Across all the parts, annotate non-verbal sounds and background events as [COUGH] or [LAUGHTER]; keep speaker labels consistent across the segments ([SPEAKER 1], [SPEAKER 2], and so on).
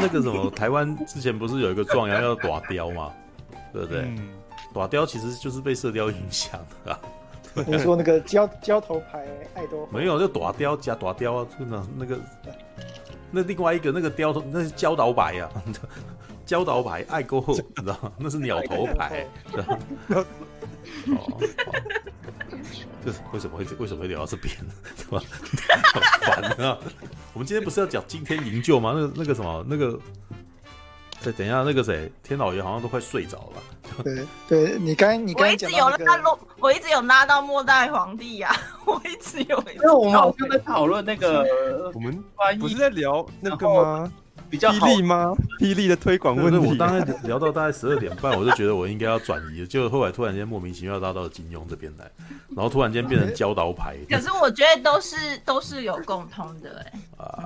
[SPEAKER 1] 那个什么，台湾之前不是有一个壮阳要打雕吗？对不对？
[SPEAKER 2] 嗯，
[SPEAKER 1] 打雕其实就是被射雕影响的、啊， [LAUGHS]
[SPEAKER 3] 你说那个交交头牌爱多
[SPEAKER 1] 没有就打雕加打雕啊，真的那个那另外一个那个雕头那是教导牌呀、啊， [LAUGHS] 教导牌爱勾后，你知道吗？那是鸟头牌，
[SPEAKER 3] [LAUGHS]
[SPEAKER 1] 知道吗？哦， [LAUGHS] 这是为什么会为什么会聊到这边？ [LAUGHS] 对吧？很烦啊！我们今天不是要讲今天营救吗？那个那个什么那个，对，等一下那个谁，天老爷好像都快睡着了。
[SPEAKER 3] 对对，你刚你刚
[SPEAKER 4] 我
[SPEAKER 3] 刚
[SPEAKER 4] 一直
[SPEAKER 3] 讲
[SPEAKER 4] 有
[SPEAKER 3] 到那
[SPEAKER 4] 拉
[SPEAKER 3] 个，
[SPEAKER 4] 落，我一直有拉到末代皇帝呀、 [LAUGHS] 我一直有。
[SPEAKER 5] 因为我们好像在讨论那个
[SPEAKER 2] 我们
[SPEAKER 5] 翻
[SPEAKER 2] 不是
[SPEAKER 5] 译
[SPEAKER 2] 在聊那个吗？
[SPEAKER 5] 比较好
[SPEAKER 2] 霹雳吗？霹雳的推广
[SPEAKER 1] 对
[SPEAKER 2] 问
[SPEAKER 1] 对，
[SPEAKER 2] 题。
[SPEAKER 1] 我当才聊到大概十二点半，我就觉得我应该要转移，结果后来突然间莫名其妙拉到了金庸这边来，然后突然间变成教导牌
[SPEAKER 4] 可是我觉得都是都是有共通的哎、
[SPEAKER 1] 啊，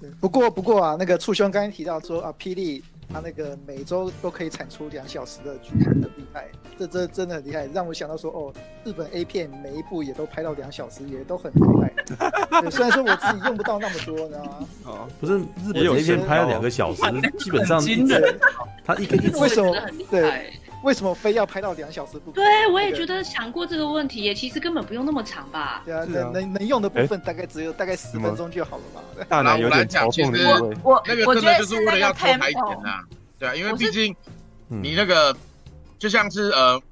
[SPEAKER 3] 对不过不过啊，那个畜兄刚才提到说啊，霹雳他那个每周都可以产出两小时的剧，很厉害，这这真的很厉害，让我想到说哦，日本 A 片每一部也都拍到两小时，也都很厉害。对，虽然说我自己用不到那么多，你知道吗？
[SPEAKER 2] 哦
[SPEAKER 1] 不是日本那片拍了两个小时，基本上一
[SPEAKER 5] 惊
[SPEAKER 1] 直
[SPEAKER 5] 人，
[SPEAKER 1] 他一个一
[SPEAKER 3] 是为
[SPEAKER 1] 直
[SPEAKER 3] 什么
[SPEAKER 6] 我也觉得很厉害？
[SPEAKER 3] 为什么非要拍到两小时不可？
[SPEAKER 6] 对，我也
[SPEAKER 3] 那个
[SPEAKER 6] 觉得想过这个问题耶，其实根本不用那么长吧。
[SPEAKER 3] 对啊，
[SPEAKER 2] 是啊
[SPEAKER 3] 能能能用的部分大概只有大概十分钟就好了嘛。
[SPEAKER 2] 大奶有点嘲讽的意味。
[SPEAKER 4] 我
[SPEAKER 7] 那个
[SPEAKER 4] 我
[SPEAKER 7] 真
[SPEAKER 4] 觉得
[SPEAKER 7] 的就是为
[SPEAKER 4] 那
[SPEAKER 7] 了要
[SPEAKER 4] 个
[SPEAKER 7] 偷排点
[SPEAKER 4] tempo，
[SPEAKER 7] 呐，对啊，因为
[SPEAKER 4] 我是
[SPEAKER 7] 毕竟你
[SPEAKER 1] 嗯，
[SPEAKER 7] 那个就像是呃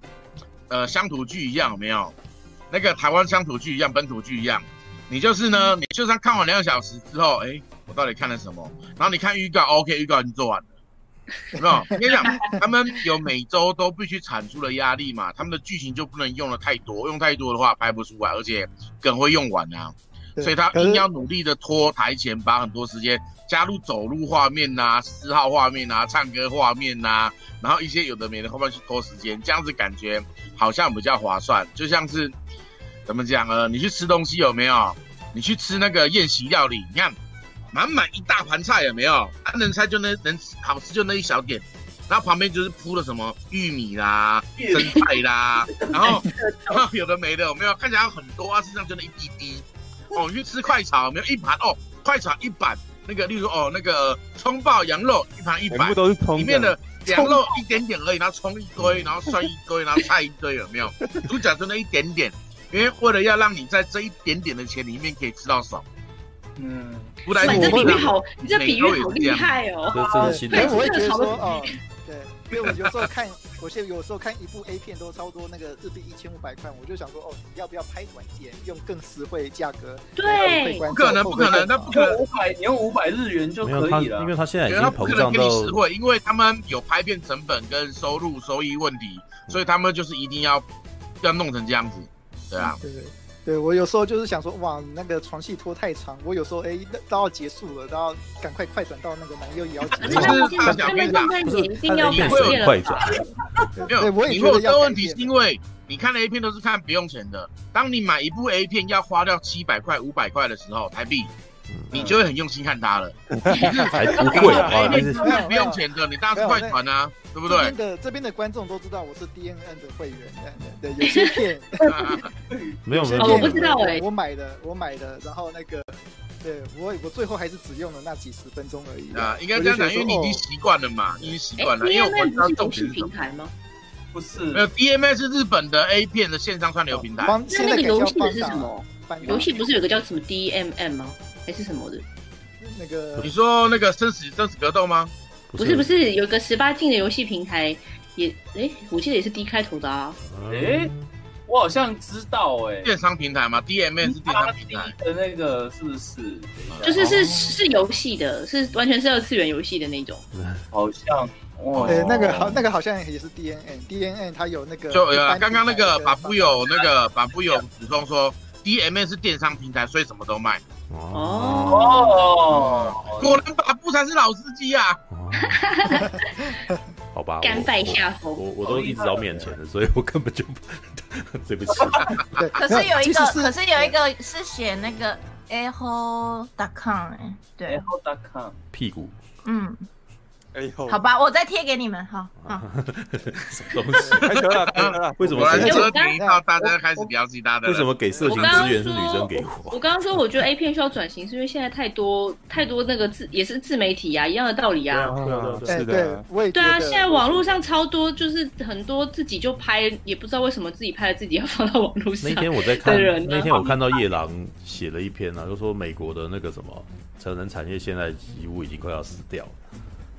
[SPEAKER 7] 呃乡土剧一样，有没有？那个台湾乡土剧一样，本土剧一样，你就是呢，
[SPEAKER 4] 嗯
[SPEAKER 7] 你就算看完两个小时之后，哎、我到底看了什么？然后你看预告，OK，预告已经做完了。有没有？我跟你讲，他们有每周都必须产出的压力嘛，他们的剧情就不能用的太多，用太多的话拍不出来，而且梗会用完啊。
[SPEAKER 3] 对
[SPEAKER 7] 所以他
[SPEAKER 3] 可
[SPEAKER 7] 一
[SPEAKER 3] 是
[SPEAKER 7] 定要努力的拖台前，把很多时间加入走路画面呐、四号画面呐、啊唱歌画面呐、然后一些有的没的后面去拖时间，这样子感觉好像比较划算。就像是怎么讲呃，你去吃东西有没有？你去吃那个宴席料理，你看满满一大盘菜有没有？啊，能菜就那能吃好吃就那一小点，然后旁边就是铺了什么玉米啦、生菜 [LAUGHS] 啦，然后然后有的没的有没有？看起来很多啊，事实上就那一滴滴。哦，你去吃快炒有没有一盘哦，快炒一板，那个例如哦那个葱爆羊肉一盘一
[SPEAKER 2] 全
[SPEAKER 7] 板
[SPEAKER 2] 部，都是葱。
[SPEAKER 7] 里面的羊肉一点点而已，然后葱一堆，然后蒜一堆，然后菜一堆，有没有？主角真的一点点，因为为了要让你在这一点点的钱里面可以吃到少，
[SPEAKER 5] 嗯，
[SPEAKER 7] 不然
[SPEAKER 6] 哇，你
[SPEAKER 7] 你
[SPEAKER 6] 这比
[SPEAKER 7] 不
[SPEAKER 6] 喻
[SPEAKER 7] 能
[SPEAKER 6] 好，你这比
[SPEAKER 7] 每周
[SPEAKER 6] 喻
[SPEAKER 7] 也
[SPEAKER 6] 好
[SPEAKER 7] 是这
[SPEAKER 6] 厉
[SPEAKER 7] 样
[SPEAKER 6] 害哦。
[SPEAKER 1] 这这是新
[SPEAKER 3] 可
[SPEAKER 1] 的
[SPEAKER 3] 是我会觉
[SPEAKER 6] 对
[SPEAKER 3] 得说
[SPEAKER 6] 这个潮
[SPEAKER 3] 哦，对，因为我有时候看，我现在有时候看一部 A 片都差不多那个日币一千五百块，我就想说哦，你要不要拍短一点，用更实惠的价格？
[SPEAKER 6] 对
[SPEAKER 3] 不
[SPEAKER 7] 不可能，不可能，那不可能。
[SPEAKER 5] 五百，你用五百日元就
[SPEAKER 1] 没有他，
[SPEAKER 5] 可以
[SPEAKER 1] 因
[SPEAKER 5] 了
[SPEAKER 1] 为。他现在已
[SPEAKER 7] 因
[SPEAKER 1] 经
[SPEAKER 7] 为他不
[SPEAKER 1] 膨
[SPEAKER 7] 可能
[SPEAKER 1] 胀
[SPEAKER 7] 给你实
[SPEAKER 1] 到
[SPEAKER 7] 惠，因为他们有拍片成本跟收入收益问题，
[SPEAKER 1] 嗯
[SPEAKER 7] 所以他们就是一定要要弄成这样子，对啊。
[SPEAKER 3] 对对对，我有时候就是想说，哇，那个床戏拖太长，我有时候哎，那都要结束了，都要赶快快转到那个男优也要结
[SPEAKER 6] 可
[SPEAKER 7] 不
[SPEAKER 6] 是
[SPEAKER 3] 束
[SPEAKER 7] 可。
[SPEAKER 6] 那
[SPEAKER 7] 能
[SPEAKER 6] 现
[SPEAKER 7] 他
[SPEAKER 6] 在
[SPEAKER 7] 讲
[SPEAKER 6] 他
[SPEAKER 7] 变
[SPEAKER 6] 们
[SPEAKER 7] 大
[SPEAKER 6] 现在
[SPEAKER 1] 不
[SPEAKER 6] 也
[SPEAKER 1] 是
[SPEAKER 6] 一
[SPEAKER 1] 他
[SPEAKER 6] 定
[SPEAKER 1] 的
[SPEAKER 6] 要
[SPEAKER 1] 变
[SPEAKER 6] 改
[SPEAKER 7] 会有
[SPEAKER 6] 变
[SPEAKER 1] 成
[SPEAKER 6] 了
[SPEAKER 1] 快
[SPEAKER 6] 吧？
[SPEAKER 1] 转，
[SPEAKER 7] 没有，
[SPEAKER 3] 对我也
[SPEAKER 7] 你
[SPEAKER 3] 觉得
[SPEAKER 7] 会有
[SPEAKER 3] 要
[SPEAKER 7] 这个问题
[SPEAKER 3] 改变啊
[SPEAKER 7] 是因为你看 A 片都是看不用钱的。当你买一部 A 片要花掉七百块、五百块的时候，台币，
[SPEAKER 1] 嗯
[SPEAKER 7] 你就会很用心看它了。
[SPEAKER 1] 才不
[SPEAKER 6] [LAUGHS]
[SPEAKER 1] 会
[SPEAKER 7] 你买
[SPEAKER 1] 啊！就
[SPEAKER 7] A 片
[SPEAKER 1] 是
[SPEAKER 7] 都是不用钱的，你当然是快传啊，对不
[SPEAKER 3] 这 [LAUGHS]
[SPEAKER 7] 对
[SPEAKER 3] 边？的这边的观众都知道我是 D N N 的会员，对，对有些片
[SPEAKER 1] 没有没有，
[SPEAKER 6] 哦我不知道哎
[SPEAKER 3] 我买的，我买的，然后那个，对我我最后还是只用了那几十分钟而已。
[SPEAKER 7] 啊，应该这样讲，因为你
[SPEAKER 3] 哦
[SPEAKER 7] 已经习惯了嘛，你已经习
[SPEAKER 6] 哎
[SPEAKER 7] 惯了。
[SPEAKER 6] ，D
[SPEAKER 7] 因为
[SPEAKER 6] N
[SPEAKER 7] 我
[SPEAKER 6] N
[SPEAKER 7] 知道
[SPEAKER 6] 不是
[SPEAKER 7] 重
[SPEAKER 6] 游
[SPEAKER 7] 点
[SPEAKER 6] 戏
[SPEAKER 7] 是什
[SPEAKER 6] 平
[SPEAKER 7] 么。
[SPEAKER 6] 台吗？
[SPEAKER 5] 不是
[SPEAKER 7] 没，有 DMA 是日本的 A 片的线上串流平台，
[SPEAKER 3] 方
[SPEAKER 6] 那
[SPEAKER 3] 现在
[SPEAKER 6] 那个
[SPEAKER 3] 改
[SPEAKER 6] 游
[SPEAKER 3] 叫
[SPEAKER 6] 戏
[SPEAKER 3] 方
[SPEAKER 6] 的是什么？
[SPEAKER 3] 方
[SPEAKER 6] 游戏不是有个叫什么 D M M 吗？还是什么的？
[SPEAKER 3] 那个
[SPEAKER 7] 你说那个生死生死格斗吗？
[SPEAKER 6] 不是不是，有个十八禁的游戏平台也，哎，我记得也是 D 开头的啊。
[SPEAKER 1] 嗯
[SPEAKER 5] 我好像知道哎，
[SPEAKER 7] 电商平台吗？DMA 是电商平台，
[SPEAKER 5] 的那个是不是？
[SPEAKER 6] 就是是是游戏的，是完全是二次元游戏的那种。
[SPEAKER 5] 好像，哦
[SPEAKER 3] 呃，那个好，那个好像也是 D N N，D N N 它有那个
[SPEAKER 7] 就
[SPEAKER 3] 嗯一
[SPEAKER 7] 呃
[SPEAKER 3] 般
[SPEAKER 7] 刚刚那个
[SPEAKER 3] 平
[SPEAKER 7] 把
[SPEAKER 3] 台
[SPEAKER 7] 布友那个把布友子峰说 DMA 是电商平台，所以什么都卖。
[SPEAKER 1] 哦
[SPEAKER 6] 哦，
[SPEAKER 5] 哦，
[SPEAKER 7] 果然把布才是老司机啊！
[SPEAKER 6] [LAUGHS]
[SPEAKER 1] 哦，好吧，我
[SPEAKER 6] 甘拜下
[SPEAKER 1] 我
[SPEAKER 6] 风。
[SPEAKER 1] 我我都一直找免钱的，所以我根本就不 [LAUGHS] 对不起，
[SPEAKER 3] 对，
[SPEAKER 4] 可是有一
[SPEAKER 3] 其
[SPEAKER 4] 个
[SPEAKER 3] 实，
[SPEAKER 4] 可是有一个是写那个 aho.com 哎、
[SPEAKER 5] 然
[SPEAKER 4] 对，
[SPEAKER 5] 后 dot com，
[SPEAKER 1] 屁股
[SPEAKER 4] 嗯，
[SPEAKER 2] 哎呦，
[SPEAKER 4] 好吧，我再贴给你们。好，好，
[SPEAKER 6] 啊
[SPEAKER 1] [LAUGHS] 什么东西？
[SPEAKER 2] 开车了，
[SPEAKER 7] [LAUGHS]
[SPEAKER 2] 开
[SPEAKER 7] 嗯
[SPEAKER 2] 车了，
[SPEAKER 1] 为什
[SPEAKER 7] 果
[SPEAKER 1] 么
[SPEAKER 7] 然
[SPEAKER 1] 给？
[SPEAKER 7] 车停一到，大家开始聊其他的
[SPEAKER 1] [LAUGHS]
[SPEAKER 7] 了。
[SPEAKER 1] 为什么给色情资源是女生给我？
[SPEAKER 6] 我刚刚说，我觉得 A 片需要转型，是因为现在太多太多那个自也是自媒体呀、一样的道理
[SPEAKER 1] 对
[SPEAKER 6] 呀、
[SPEAKER 1] 啊对啊对
[SPEAKER 3] 哎，
[SPEAKER 2] 是
[SPEAKER 3] 对
[SPEAKER 2] 的，，
[SPEAKER 3] 我也
[SPEAKER 6] 对啊，
[SPEAKER 3] 觉得
[SPEAKER 6] 现在网络上超多，就是很多自己就拍，也不知道为什么自己拍的自己要放到网络上
[SPEAKER 1] [LAUGHS] 那。天我在看
[SPEAKER 6] 的人，呢
[SPEAKER 1] 那天我看到夜郎写了一篇啊，就说美国的那个什么成人产业现在几乎已经快要死掉了，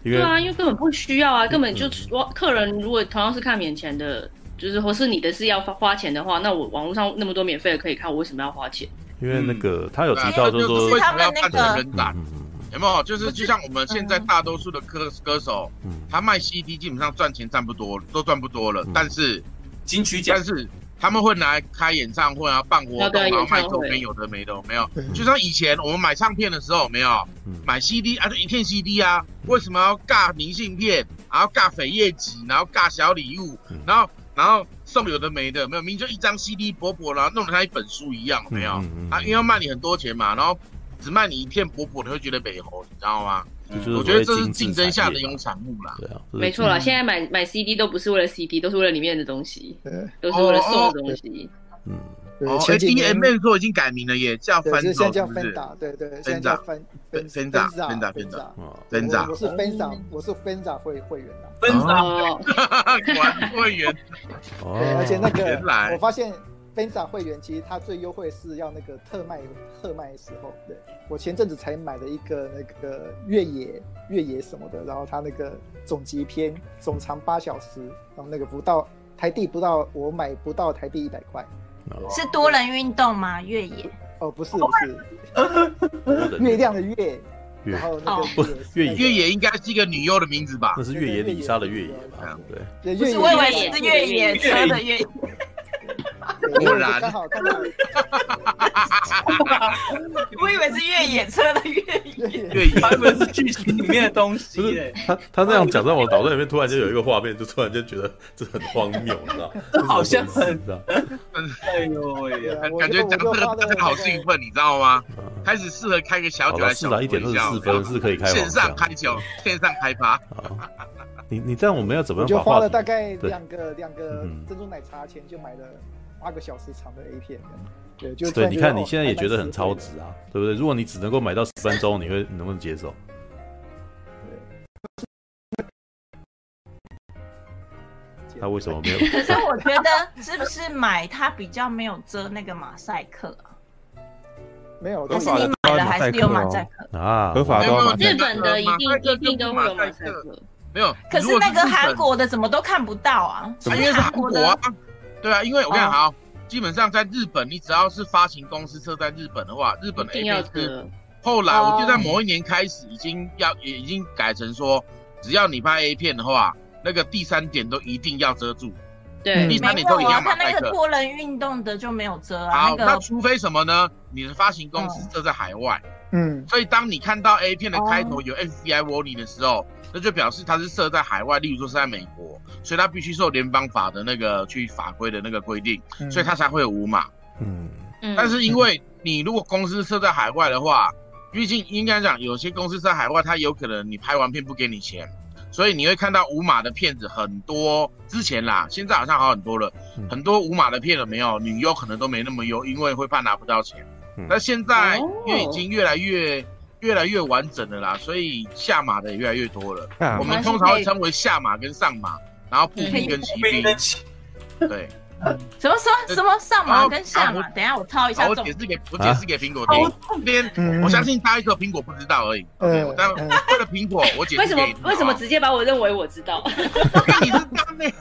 [SPEAKER 1] 因
[SPEAKER 6] 对
[SPEAKER 1] 为
[SPEAKER 6] 啊，因为根本不需要啊，根本就我客人如果同样是看免钱的，就是或是你的是要花花钱的话，那我网络上那么多免费的可以看，我为什么要花钱？
[SPEAKER 1] 因为那个他有提
[SPEAKER 7] 对啊
[SPEAKER 1] 到，就是
[SPEAKER 7] 就是
[SPEAKER 1] 说
[SPEAKER 7] 为
[SPEAKER 4] 是，
[SPEAKER 7] 什
[SPEAKER 4] 他
[SPEAKER 7] 么要
[SPEAKER 4] 们那
[SPEAKER 7] 办
[SPEAKER 4] 个
[SPEAKER 7] 成人展？
[SPEAKER 1] 嗯嗯
[SPEAKER 7] 有没有？就是就像我们现在
[SPEAKER 3] 嗯
[SPEAKER 7] 大多数的歌歌手，
[SPEAKER 1] 嗯
[SPEAKER 7] 他卖 CD 基本上赚钱赚不多，都赚不多了
[SPEAKER 1] 嗯。
[SPEAKER 7] 但是，
[SPEAKER 5] 金曲奖
[SPEAKER 7] 但是他们会拿来开演唱会啊，办活
[SPEAKER 6] 要对
[SPEAKER 7] 动，
[SPEAKER 6] 啊
[SPEAKER 7] 然后卖
[SPEAKER 6] 演唱
[SPEAKER 7] 周
[SPEAKER 6] 会
[SPEAKER 7] 边，有的没的，有没有
[SPEAKER 3] 对。
[SPEAKER 7] 就像以前我们买唱片的时候，有没有
[SPEAKER 1] 嗯
[SPEAKER 7] 买 CD 啊，就一片 CD 啊，为什么要尬明信片，然后尬粉叶集，然后尬小礼物
[SPEAKER 1] 嗯，
[SPEAKER 7] 然后然后送有的没的，有没有？明明就一张 CD 薄薄，然后弄得像一本书一样，有没有？
[SPEAKER 1] 嗯嗯嗯
[SPEAKER 7] 啊，因为要卖你很多钱嘛，然后只卖你一片薄薄，你会觉得北猴，你知道吗？
[SPEAKER 1] 嗯就是
[SPEAKER 7] 我觉得这
[SPEAKER 1] 所谓
[SPEAKER 7] 是
[SPEAKER 1] 精致
[SPEAKER 7] 竞争下
[SPEAKER 1] 产
[SPEAKER 7] 的
[SPEAKER 1] 业
[SPEAKER 7] 一种产物啦。
[SPEAKER 1] 对啊，这是
[SPEAKER 6] 没错了，现在买买 CD 都不是为了 CD，都是为了里面的东西，
[SPEAKER 3] 对
[SPEAKER 6] 都是为了送的东西。
[SPEAKER 1] 嗯，
[SPEAKER 3] 对，
[SPEAKER 7] 哦
[SPEAKER 3] 前几
[SPEAKER 7] d
[SPEAKER 3] 年
[SPEAKER 7] m 说已经改名了耶，叫
[SPEAKER 3] 对，
[SPEAKER 7] 分
[SPEAKER 3] 就是现在
[SPEAKER 7] 手，
[SPEAKER 3] 叫
[SPEAKER 7] 是不
[SPEAKER 3] 芬
[SPEAKER 7] 是？
[SPEAKER 3] 达，对对，现在叫芬芬
[SPEAKER 7] 芬达
[SPEAKER 3] 芬达
[SPEAKER 7] 芬达
[SPEAKER 3] 达
[SPEAKER 1] 啊，
[SPEAKER 7] 分
[SPEAKER 3] 我
[SPEAKER 7] 长，
[SPEAKER 3] 我是芬达，我是芬达会会员啦。
[SPEAKER 5] 分
[SPEAKER 7] 哦
[SPEAKER 1] 啊
[SPEAKER 5] 上
[SPEAKER 6] 哦，
[SPEAKER 7] [LAUGHS] 果然会员
[SPEAKER 1] 哦
[SPEAKER 3] 对，而且那
[SPEAKER 7] 原来
[SPEAKER 3] 个我发现 f e n s a 会员其实它最优惠是要那个特卖特卖的时候。对我前阵子才买了一个那个越野越野什么的，然后它那个总集篇总长八小时，然后那个不到台币不到我买不到台币一百块。
[SPEAKER 4] 是多人运动吗？越野？
[SPEAKER 3] 哦，不是不是，月亮的月，
[SPEAKER 1] 月
[SPEAKER 3] 然后那
[SPEAKER 4] 哦
[SPEAKER 3] 个
[SPEAKER 1] 越
[SPEAKER 3] 越
[SPEAKER 1] 野
[SPEAKER 3] 野
[SPEAKER 7] 越野应该是一个女优的名字吧
[SPEAKER 1] 那？是越野里沙的越野吧？对，啊
[SPEAKER 3] 对
[SPEAKER 4] 不
[SPEAKER 3] 越野，
[SPEAKER 4] 是，我以为是越野车的越野。
[SPEAKER 3] 对
[SPEAKER 7] 果然
[SPEAKER 3] 刚好刚
[SPEAKER 7] [LAUGHS]
[SPEAKER 3] 好
[SPEAKER 4] 我以为是越野车的越
[SPEAKER 3] [LAUGHS]
[SPEAKER 4] 野。
[SPEAKER 3] 越野。
[SPEAKER 7] 越野
[SPEAKER 1] [LAUGHS]
[SPEAKER 5] 嗯他们是剧情里面的东西
[SPEAKER 1] 不是
[SPEAKER 5] 耶，
[SPEAKER 1] 他他那样讲，在我脑袋里面突然间有一个画面，就突然间觉得这很荒谬，你知道？这
[SPEAKER 5] 好像很
[SPEAKER 1] 知道。
[SPEAKER 5] 哎呦喂呀！
[SPEAKER 7] 感
[SPEAKER 3] 我
[SPEAKER 7] 感觉
[SPEAKER 3] 就
[SPEAKER 7] 讲这
[SPEAKER 3] 我就
[SPEAKER 7] 个
[SPEAKER 3] 花
[SPEAKER 7] 大
[SPEAKER 3] 了
[SPEAKER 7] 家好兴奋，你知道吗？
[SPEAKER 1] 嗯
[SPEAKER 7] 开始适合开个
[SPEAKER 1] 好
[SPEAKER 7] 小酒
[SPEAKER 1] 了，
[SPEAKER 7] 来
[SPEAKER 1] 是
[SPEAKER 7] 小
[SPEAKER 1] 啦，一
[SPEAKER 7] 酌
[SPEAKER 1] 点二
[SPEAKER 7] 一
[SPEAKER 1] 十四
[SPEAKER 7] 下，有没
[SPEAKER 1] 分
[SPEAKER 7] 有
[SPEAKER 1] 是可以开
[SPEAKER 7] 线上开
[SPEAKER 1] 黄
[SPEAKER 7] 酒，线上开趴，
[SPEAKER 1] 腔啊。你你这样我们要怎么样
[SPEAKER 3] 我就
[SPEAKER 1] 把
[SPEAKER 3] 花
[SPEAKER 1] 话
[SPEAKER 3] 了大
[SPEAKER 1] 题？
[SPEAKER 3] 概
[SPEAKER 1] 对
[SPEAKER 3] 两个两个
[SPEAKER 1] 嗯
[SPEAKER 3] 珍珠奶茶钱，就买了八个小时长的 A 片。对，就哦突
[SPEAKER 1] 对，
[SPEAKER 3] 然
[SPEAKER 1] 你
[SPEAKER 3] 觉得
[SPEAKER 1] 看你现在也觉得很超。
[SPEAKER 3] 哦
[SPEAKER 1] 值啊，对不对？如果你只能够买到十分钟，你会你能不能接受？
[SPEAKER 3] 还蛮实惠的
[SPEAKER 1] 他为什么没有？
[SPEAKER 3] [LAUGHS]
[SPEAKER 4] 可是我觉得是不是买它比较没有遮那个马赛克啊？
[SPEAKER 3] 没有？
[SPEAKER 2] 合
[SPEAKER 4] 还是
[SPEAKER 2] 法的
[SPEAKER 4] 你买了还是有马赛克？
[SPEAKER 1] 啊，
[SPEAKER 2] 合法
[SPEAKER 7] 没
[SPEAKER 2] 的
[SPEAKER 7] 有
[SPEAKER 2] 哦
[SPEAKER 7] 没有
[SPEAKER 6] 日本的一定
[SPEAKER 7] 马赛克
[SPEAKER 6] 一定都会有马赛克。
[SPEAKER 7] 没有。
[SPEAKER 4] 可
[SPEAKER 7] 如
[SPEAKER 4] 是
[SPEAKER 7] 果
[SPEAKER 4] 那个
[SPEAKER 7] 日本
[SPEAKER 4] 韩国的怎么都看不到啊？
[SPEAKER 7] 啊，因为
[SPEAKER 4] 是
[SPEAKER 7] 是韩
[SPEAKER 4] 国
[SPEAKER 7] 国
[SPEAKER 4] 的
[SPEAKER 7] 啊，对啊，因为我跟你讲
[SPEAKER 4] 哦
[SPEAKER 7] 好，基本上在日本，你只要是发行公司设在日本的话，日本
[SPEAKER 6] 一
[SPEAKER 7] 的
[SPEAKER 6] 定
[SPEAKER 7] A
[SPEAKER 6] 要
[SPEAKER 7] P 是
[SPEAKER 6] 的，
[SPEAKER 7] 后来
[SPEAKER 4] 哦
[SPEAKER 7] 我就在某一年开始已经要也已经改成说，只要你拍 A 片的话，那个第三点都一定要遮住。
[SPEAKER 6] 对，
[SPEAKER 7] 你
[SPEAKER 4] 没有啊，它那
[SPEAKER 7] 那你都一样马赛
[SPEAKER 4] 个
[SPEAKER 7] 克
[SPEAKER 4] 多人运动的就没有遮啊，
[SPEAKER 7] 好，那
[SPEAKER 4] 个
[SPEAKER 7] 除非什么呢？你的发行公司设在海外，
[SPEAKER 3] 嗯，
[SPEAKER 7] 所以当你看到 A 片的开头有 FBI warning 的时候，那就表示它是设在海外，例如说是在美国，所以它必须受联邦法的那个去法规的那个规定，
[SPEAKER 3] 嗯
[SPEAKER 7] 所以它才会有无码。
[SPEAKER 1] 嗯，
[SPEAKER 6] 嗯
[SPEAKER 7] 但是因为你如果公司设在海外的话，毕竟应该讲有些公司在海外，它有可能你拍完片不给你钱，所以你会看到无码的片子很多。之前啦，现在好像好很多了，
[SPEAKER 1] 嗯
[SPEAKER 7] 很多无码的片了没有？女优可能都没那么优，因为会怕拿不到钱
[SPEAKER 1] 嗯。
[SPEAKER 7] 那、现在
[SPEAKER 6] 哦
[SPEAKER 7] 因为已经越来越。越来越完整了啦，所以下马的也越来越多了。
[SPEAKER 2] 看
[SPEAKER 7] 我们通常会称为下马跟上马，然后步兵跟骑兵。对，
[SPEAKER 4] 什么什么什么上马跟下
[SPEAKER 7] 然
[SPEAKER 4] 马
[SPEAKER 7] 后？
[SPEAKER 4] 等一下我抄一
[SPEAKER 7] 好，
[SPEAKER 4] 下
[SPEAKER 7] 我
[SPEAKER 4] 重
[SPEAKER 7] 解
[SPEAKER 4] 点。
[SPEAKER 7] 释给我解释给苹果听。今天
[SPEAKER 3] 嗯
[SPEAKER 7] 我相信大家只有苹果不知道而已。
[SPEAKER 3] 嗯
[SPEAKER 7] OK，我当
[SPEAKER 3] 嗯
[SPEAKER 7] 为了苹果，我解
[SPEAKER 6] 为
[SPEAKER 7] 释
[SPEAKER 6] 什
[SPEAKER 7] 给
[SPEAKER 6] 么
[SPEAKER 7] 你听
[SPEAKER 6] 为什么
[SPEAKER 7] 好啊
[SPEAKER 6] 直接把我认为我知道？
[SPEAKER 7] 不好你是当内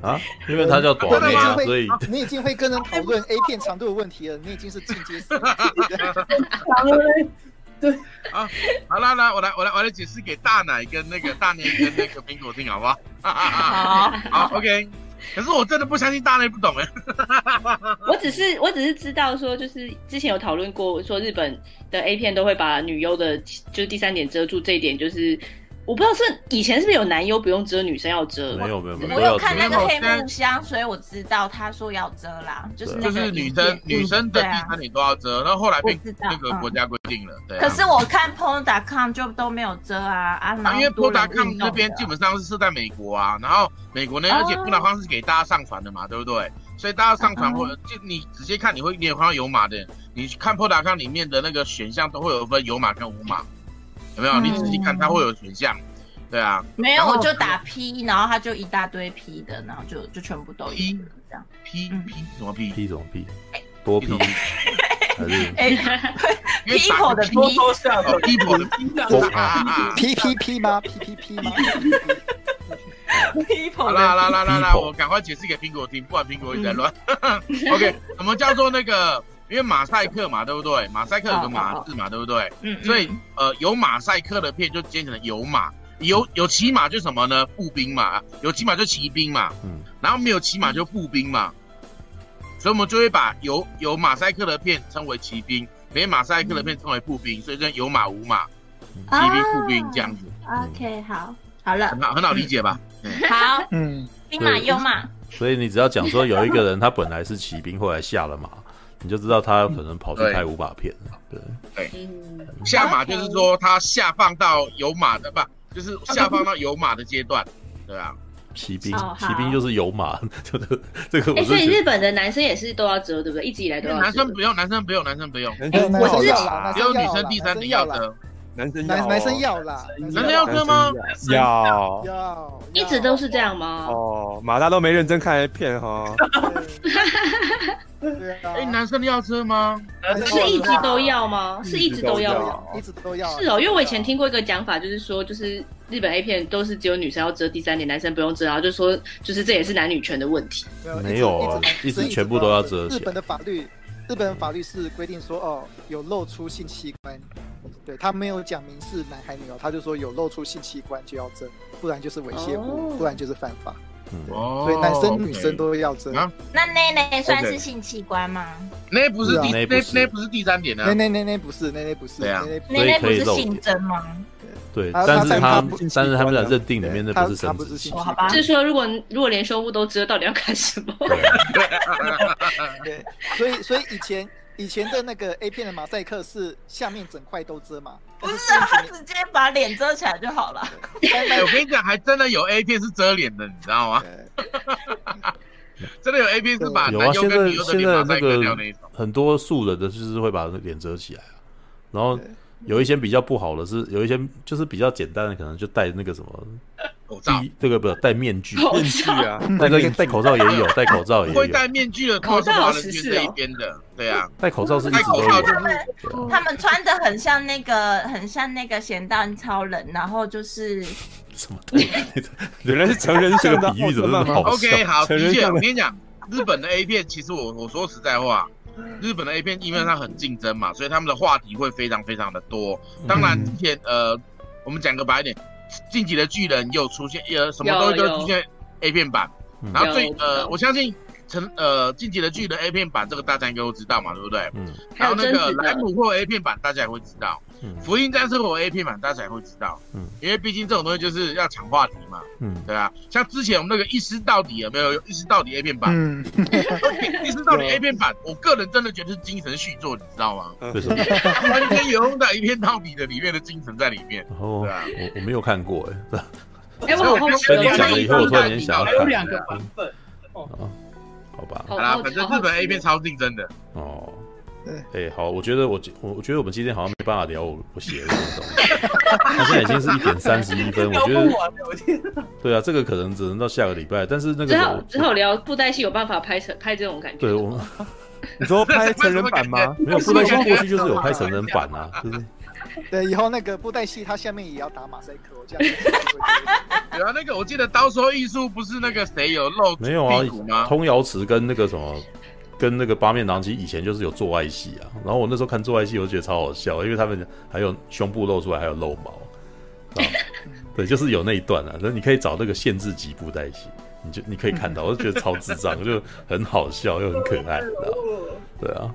[SPEAKER 1] 啊，因为他叫短
[SPEAKER 7] 真
[SPEAKER 1] 妹
[SPEAKER 7] 的
[SPEAKER 1] 啊，
[SPEAKER 7] 吗
[SPEAKER 1] 所以
[SPEAKER 3] 你已经会跟人讨论 A 片长度的问题了，你已经是进阶死。
[SPEAKER 7] [LAUGHS] 啊？好啦啦，我来我来我来解释给大奶跟那个大内跟那个苹果听好不好？
[SPEAKER 4] 好，
[SPEAKER 7] [LAUGHS] 好，OK。可是我真的不相信大内不懂哎。
[SPEAKER 6] 我只是我只是知道说，就是之前有讨论过，说日本的 A 片都会把女优的，就是第三点遮住这一点，就是我不知道是以前是不是有男优不用遮，女生要遮？
[SPEAKER 1] 没有没有没有，
[SPEAKER 4] 我
[SPEAKER 1] 都要
[SPEAKER 4] 有
[SPEAKER 1] 遮
[SPEAKER 4] 看那个黑木箱，所以我知道他说要遮啦，就是那
[SPEAKER 7] 就
[SPEAKER 4] 个
[SPEAKER 7] 是
[SPEAKER 4] 影
[SPEAKER 7] 女
[SPEAKER 4] 片
[SPEAKER 7] 生女生的
[SPEAKER 4] 对啊
[SPEAKER 7] 地方你都要遮，然后后来被
[SPEAKER 4] 我
[SPEAKER 6] 啊
[SPEAKER 4] 知道嗯
[SPEAKER 7] 那个国家规定了，对啊。
[SPEAKER 4] 可是我看 Pon.com 就都没有遮啊啊，然
[SPEAKER 7] 啊，
[SPEAKER 4] 后
[SPEAKER 7] 因为
[SPEAKER 4] 多
[SPEAKER 7] p
[SPEAKER 4] 人
[SPEAKER 7] o
[SPEAKER 4] 运
[SPEAKER 7] com
[SPEAKER 4] 动
[SPEAKER 7] 那边
[SPEAKER 4] 的
[SPEAKER 7] 基本上是设在美国啊，然后美国呢，
[SPEAKER 4] 哦
[SPEAKER 7] 而且 p o 方是给大家上传的嘛，对不对？所以大家上传或者就你直接看，你会你也看到有码的，你去看 p o 康里面的那个选项都会有分有码跟无码，有没有？
[SPEAKER 4] 嗯
[SPEAKER 7] 你仔细看，它会有选项，对啊
[SPEAKER 4] 没有，
[SPEAKER 7] 然后
[SPEAKER 4] 我就打 P，然后他就一大堆 P 的，然后就就全部都有
[SPEAKER 7] P
[SPEAKER 4] 这样。
[SPEAKER 7] ，P
[SPEAKER 4] 嗯
[SPEAKER 7] P 什么 P？
[SPEAKER 1] P 什么 P？多 P
[SPEAKER 7] 什么
[SPEAKER 1] 还是
[SPEAKER 4] 哎、
[SPEAKER 7] 因为打
[SPEAKER 4] People 的 P
[SPEAKER 5] 多多下
[SPEAKER 7] 哦
[SPEAKER 5] 的
[SPEAKER 7] people 的
[SPEAKER 5] P 下
[SPEAKER 7] 啊
[SPEAKER 5] 的
[SPEAKER 7] 啊啊！
[SPEAKER 3] P P P 吗？P P P 吗？嗯
[SPEAKER 4] [LAUGHS]
[SPEAKER 7] 好
[SPEAKER 4] People
[SPEAKER 7] 啦好
[SPEAKER 4] 的
[SPEAKER 7] 啦啦啦啦，
[SPEAKER 1] People
[SPEAKER 7] 我赶快解释给苹果听，不然苹果一直在乱。OK，什
[SPEAKER 4] 嗯
[SPEAKER 7] [LAUGHS] 么叫做那个？因为马赛克嘛，对不对？马赛克有个马字嘛，对不对？
[SPEAKER 4] 嗯，嗯
[SPEAKER 7] 所以呃，有马赛克的片就兼成了有马，有有骑马就什么呢？步兵嘛，有骑马就骑兵嘛，
[SPEAKER 1] 嗯
[SPEAKER 7] 然后没有骑马就步兵嘛，所以我们就会把有有马赛克的片称为骑兵，没马赛克的片称为步兵，所以就有马无马，
[SPEAKER 3] 嗯
[SPEAKER 7] 骑
[SPEAKER 6] 哦
[SPEAKER 7] 兵步兵这样子，
[SPEAKER 4] 啊 OK，好，好了
[SPEAKER 7] 很，好很好理解吧？
[SPEAKER 4] 好，
[SPEAKER 3] 嗯，
[SPEAKER 4] 兵马优马，
[SPEAKER 1] 所以你只要讲说有一个人他本来是骑兵，后来下了马，你就知道他可能跑去拍五马片了。对，
[SPEAKER 6] 嗯，
[SPEAKER 7] 下马就是
[SPEAKER 6] 哦
[SPEAKER 7] 说它下放到有马的不，就是下放到有马的阶段，对啊，
[SPEAKER 1] 骑兵
[SPEAKER 4] 哦好
[SPEAKER 1] 骑兵就是有马， [LAUGHS] 就是这个我
[SPEAKER 6] [LAUGHS] 哎，
[SPEAKER 1] 是
[SPEAKER 6] 所以
[SPEAKER 1] 觉
[SPEAKER 6] 日
[SPEAKER 1] 得
[SPEAKER 6] 本的男生也是都要遮，对不对？一直以来都
[SPEAKER 7] 因
[SPEAKER 6] 要遮。
[SPEAKER 7] 为男生不用，男生不用，男生不用，
[SPEAKER 2] 男
[SPEAKER 3] 没有
[SPEAKER 2] 生
[SPEAKER 3] 男生
[SPEAKER 2] 要
[SPEAKER 3] 要
[SPEAKER 2] 啦
[SPEAKER 3] 啦，
[SPEAKER 7] 只有女
[SPEAKER 3] 男
[SPEAKER 7] 生
[SPEAKER 3] 生
[SPEAKER 7] 第三
[SPEAKER 3] 要
[SPEAKER 7] 名
[SPEAKER 3] 要
[SPEAKER 7] 要
[SPEAKER 3] 啦
[SPEAKER 7] 遮，
[SPEAKER 2] 男生要
[SPEAKER 3] 男
[SPEAKER 2] 哦
[SPEAKER 3] 男生要啦，
[SPEAKER 7] 哎男生要遮吗？
[SPEAKER 2] 男生要
[SPEAKER 3] 要，
[SPEAKER 6] 一直都是这样吗？
[SPEAKER 2] 哦，马大都没认真看片
[SPEAKER 7] [LAUGHS]
[SPEAKER 2] 哈，
[SPEAKER 6] [LAUGHS]
[SPEAKER 3] 对。对啊，
[SPEAKER 7] 哎，男生要遮吗？
[SPEAKER 5] 男生
[SPEAKER 6] 是一直都哦要吗？是一直都
[SPEAKER 3] 都
[SPEAKER 6] 要吗？
[SPEAKER 3] 要，一直都要。啊
[SPEAKER 6] 是哦，因为我以前听过一个讲法，就是说，就是日本 A 片都是只有女生要遮第三点，男生不用遮，然后就说，就是这也是男女权的问题。
[SPEAKER 1] 没有啊
[SPEAKER 3] 一
[SPEAKER 1] 一
[SPEAKER 3] 直
[SPEAKER 1] 直全部都要遮起来
[SPEAKER 3] 日本的法律，日本法律是规定说，哦，有露出性器官，对他没有讲明是男还女哦，他就说有露出性器官就要遮，不然就是猥亵
[SPEAKER 6] 哦
[SPEAKER 3] 物，不然就是犯法。
[SPEAKER 1] 嗯，
[SPEAKER 7] 哦，
[SPEAKER 3] 所以男生
[SPEAKER 7] OK
[SPEAKER 3] 女生都要遮。
[SPEAKER 7] 啊
[SPEAKER 4] 那内内算是性器官吗？
[SPEAKER 7] 那不是第
[SPEAKER 1] 是啊那
[SPEAKER 7] 那
[SPEAKER 1] 不是
[SPEAKER 7] 那不是第三点呢
[SPEAKER 3] 那？那那那不是，那那不是，
[SPEAKER 7] 对啊
[SPEAKER 3] 那那不
[SPEAKER 1] 所以
[SPEAKER 4] 内内不
[SPEAKER 1] 可以
[SPEAKER 4] 是
[SPEAKER 1] 露
[SPEAKER 4] 性征吗？
[SPEAKER 1] 对，
[SPEAKER 3] 他
[SPEAKER 1] 但是
[SPEAKER 3] 他
[SPEAKER 1] 他
[SPEAKER 3] 他不
[SPEAKER 2] 是
[SPEAKER 1] 但是他们俩
[SPEAKER 2] 器官啊
[SPEAKER 1] 认定里面那
[SPEAKER 3] 他
[SPEAKER 1] 不是
[SPEAKER 3] 他
[SPEAKER 1] 生
[SPEAKER 3] 不
[SPEAKER 1] 殖
[SPEAKER 3] 是
[SPEAKER 1] 器
[SPEAKER 3] 性器
[SPEAKER 4] 哦，
[SPEAKER 3] 官
[SPEAKER 4] 好吧
[SPEAKER 6] 就，是说，如果如果连修复都遮，到底要干什么？
[SPEAKER 1] 对，
[SPEAKER 3] 对，所以所以以前以前的那个 A 片的马赛克是下面整块都遮嘛，
[SPEAKER 4] 不
[SPEAKER 3] 但
[SPEAKER 4] 是啊，他
[SPEAKER 3] 近几
[SPEAKER 4] 直接把脸遮起来就好了。
[SPEAKER 7] 哎我跟你讲，还真的有 A 片是遮脸的，你知道
[SPEAKER 1] 啊
[SPEAKER 7] 吗？
[SPEAKER 3] 年
[SPEAKER 7] 真的有 A 片是把
[SPEAKER 1] 有
[SPEAKER 7] 男
[SPEAKER 1] 啊，
[SPEAKER 7] 优
[SPEAKER 1] 现
[SPEAKER 7] 跟
[SPEAKER 1] 在
[SPEAKER 7] 女优的
[SPEAKER 1] 现
[SPEAKER 7] 脸
[SPEAKER 1] 在
[SPEAKER 7] 马
[SPEAKER 1] 那
[SPEAKER 7] 赛克掉那一
[SPEAKER 1] 个
[SPEAKER 7] 种。
[SPEAKER 1] 很多素人的就是会把脸遮起来啊，然后
[SPEAKER 3] 对
[SPEAKER 1] 有一些比较不好的是，有一些就是比较简单的，可能就戴那个什么
[SPEAKER 7] 口罩哦
[SPEAKER 1] 第这个不是戴面具，
[SPEAKER 6] 口
[SPEAKER 2] 面具
[SPEAKER 6] 罩，
[SPEAKER 2] 啊，
[SPEAKER 1] 戴个戴口罩
[SPEAKER 7] [LAUGHS]
[SPEAKER 1] 也有，戴口罩也
[SPEAKER 7] 会
[SPEAKER 1] 有，
[SPEAKER 7] 戴面具的
[SPEAKER 6] 口
[SPEAKER 7] 都
[SPEAKER 6] 罩
[SPEAKER 7] 是华
[SPEAKER 6] 好
[SPEAKER 7] 人
[SPEAKER 6] 时
[SPEAKER 7] 圈
[SPEAKER 6] 事
[SPEAKER 7] 这一
[SPEAKER 6] 哦
[SPEAKER 7] 边的，对啊，
[SPEAKER 1] 戴口罩是一
[SPEAKER 7] 戴
[SPEAKER 1] 直都
[SPEAKER 7] 口罩
[SPEAKER 1] 有
[SPEAKER 7] 就。
[SPEAKER 4] 他们
[SPEAKER 1] 对啊
[SPEAKER 4] [LAUGHS] 他们穿的很像那个，很像那个咸蛋超人，然后 [LAUGHS] 就是
[SPEAKER 1] 啊什么东西？
[SPEAKER 2] 原来是成人
[SPEAKER 1] 这
[SPEAKER 2] 向的
[SPEAKER 1] 个比喻怎么那么 [LAUGHS]
[SPEAKER 7] [LAUGHS]
[SPEAKER 1] 好笑
[SPEAKER 7] OK，好，
[SPEAKER 2] 成人
[SPEAKER 7] 的确，
[SPEAKER 2] 向的
[SPEAKER 7] 我跟你讲，日本的 A 片，其实我我说实在话，日本的 A 片因为它很竞争嘛，所以他们的话题会非常非常的多。
[SPEAKER 1] 嗯
[SPEAKER 7] 当然，之前呃，我们讲个白一点，《进击的巨人》又出现，呃，什么东西
[SPEAKER 6] 有
[SPEAKER 7] 都出现 A 片版。
[SPEAKER 1] 嗯
[SPEAKER 7] [LAUGHS] 然后最
[SPEAKER 6] 有
[SPEAKER 7] 呃，我相信成呃《进击的巨人》A 片版这个大家应该都知道嘛，对不对？
[SPEAKER 1] 嗯
[SPEAKER 6] 还
[SPEAKER 7] 然
[SPEAKER 6] 有
[SPEAKER 7] 后
[SPEAKER 6] 真
[SPEAKER 7] 那
[SPEAKER 6] 实的
[SPEAKER 7] 个莱姆货 A 片版大家也会知道，
[SPEAKER 1] 嗯
[SPEAKER 7] 《福音战士》货 A 片版大家也会知道，
[SPEAKER 1] 嗯
[SPEAKER 7] 因为毕竟这种东西就是要抢话题嘛。
[SPEAKER 1] 嗯，
[SPEAKER 7] 对啊，像之前我们那个一尸到底有没有一尸到底 A 片版？
[SPEAKER 3] 嗯，
[SPEAKER 7] 一尸
[SPEAKER 1] [LAUGHS]
[SPEAKER 7] 到底 A 片版，我个人真的觉得是精神续作，你知道吗？
[SPEAKER 1] 为什么？
[SPEAKER 7] 完全有用在一片到底的里面的精神在里面。
[SPEAKER 1] 然后
[SPEAKER 7] 对啊
[SPEAKER 1] 我哦我没有看过哎， [LAUGHS]
[SPEAKER 6] 哎，我好好奇
[SPEAKER 1] 跟你
[SPEAKER 6] 哦，
[SPEAKER 1] 讲了以后，我突然间想要
[SPEAKER 5] 还
[SPEAKER 1] 看
[SPEAKER 5] 有两个版本，
[SPEAKER 1] 啊，好吧，
[SPEAKER 6] 好
[SPEAKER 7] 好
[SPEAKER 6] 好
[SPEAKER 7] 啦，
[SPEAKER 6] 好
[SPEAKER 7] 反正日本 A 片超竞争的，
[SPEAKER 1] 哦
[SPEAKER 3] 对，
[SPEAKER 1] 哎，好，我觉得我我我觉得我们今天好像没办法聊我我写的这个
[SPEAKER 7] [LAUGHS]
[SPEAKER 1] 东西，那现在已经是一点三十一分，我
[SPEAKER 5] 聊
[SPEAKER 1] 觉得
[SPEAKER 5] 不完，我天，
[SPEAKER 1] 对啊，这个可能只能到下个礼拜，但是那个
[SPEAKER 6] 之
[SPEAKER 1] 什
[SPEAKER 6] 后
[SPEAKER 1] 么
[SPEAKER 6] 之后聊布袋戏有办法拍成拍这种感觉
[SPEAKER 1] 对
[SPEAKER 6] 的
[SPEAKER 1] 我
[SPEAKER 6] 吗。
[SPEAKER 1] 们
[SPEAKER 2] 你说拍成人版吗？
[SPEAKER 7] [LAUGHS]
[SPEAKER 1] 没有布袋戏过去就是有拍成人版啊，就是
[SPEAKER 3] [LAUGHS] 对，以后那个布袋戏它下面也要打马赛克，我这样子才会
[SPEAKER 4] [LAUGHS]
[SPEAKER 3] 遮。
[SPEAKER 7] 有啊，那个我记得刀说艺术不是那个谁有露
[SPEAKER 1] 没有啊
[SPEAKER 7] 屁股，吗？
[SPEAKER 1] 通瑶池跟那个什么。跟那个八面狼姬以前就是有做爱戏啊，然后我那时候看做爱戏，我就觉得超好笑，因为他们还有胸部露出来，还有露毛，啊，对，就是有那一段啊。那你可以找那个限制级布袋戏，你就你可以看到，我就觉得超智障，就很好笑又很可爱，你知道吗对啊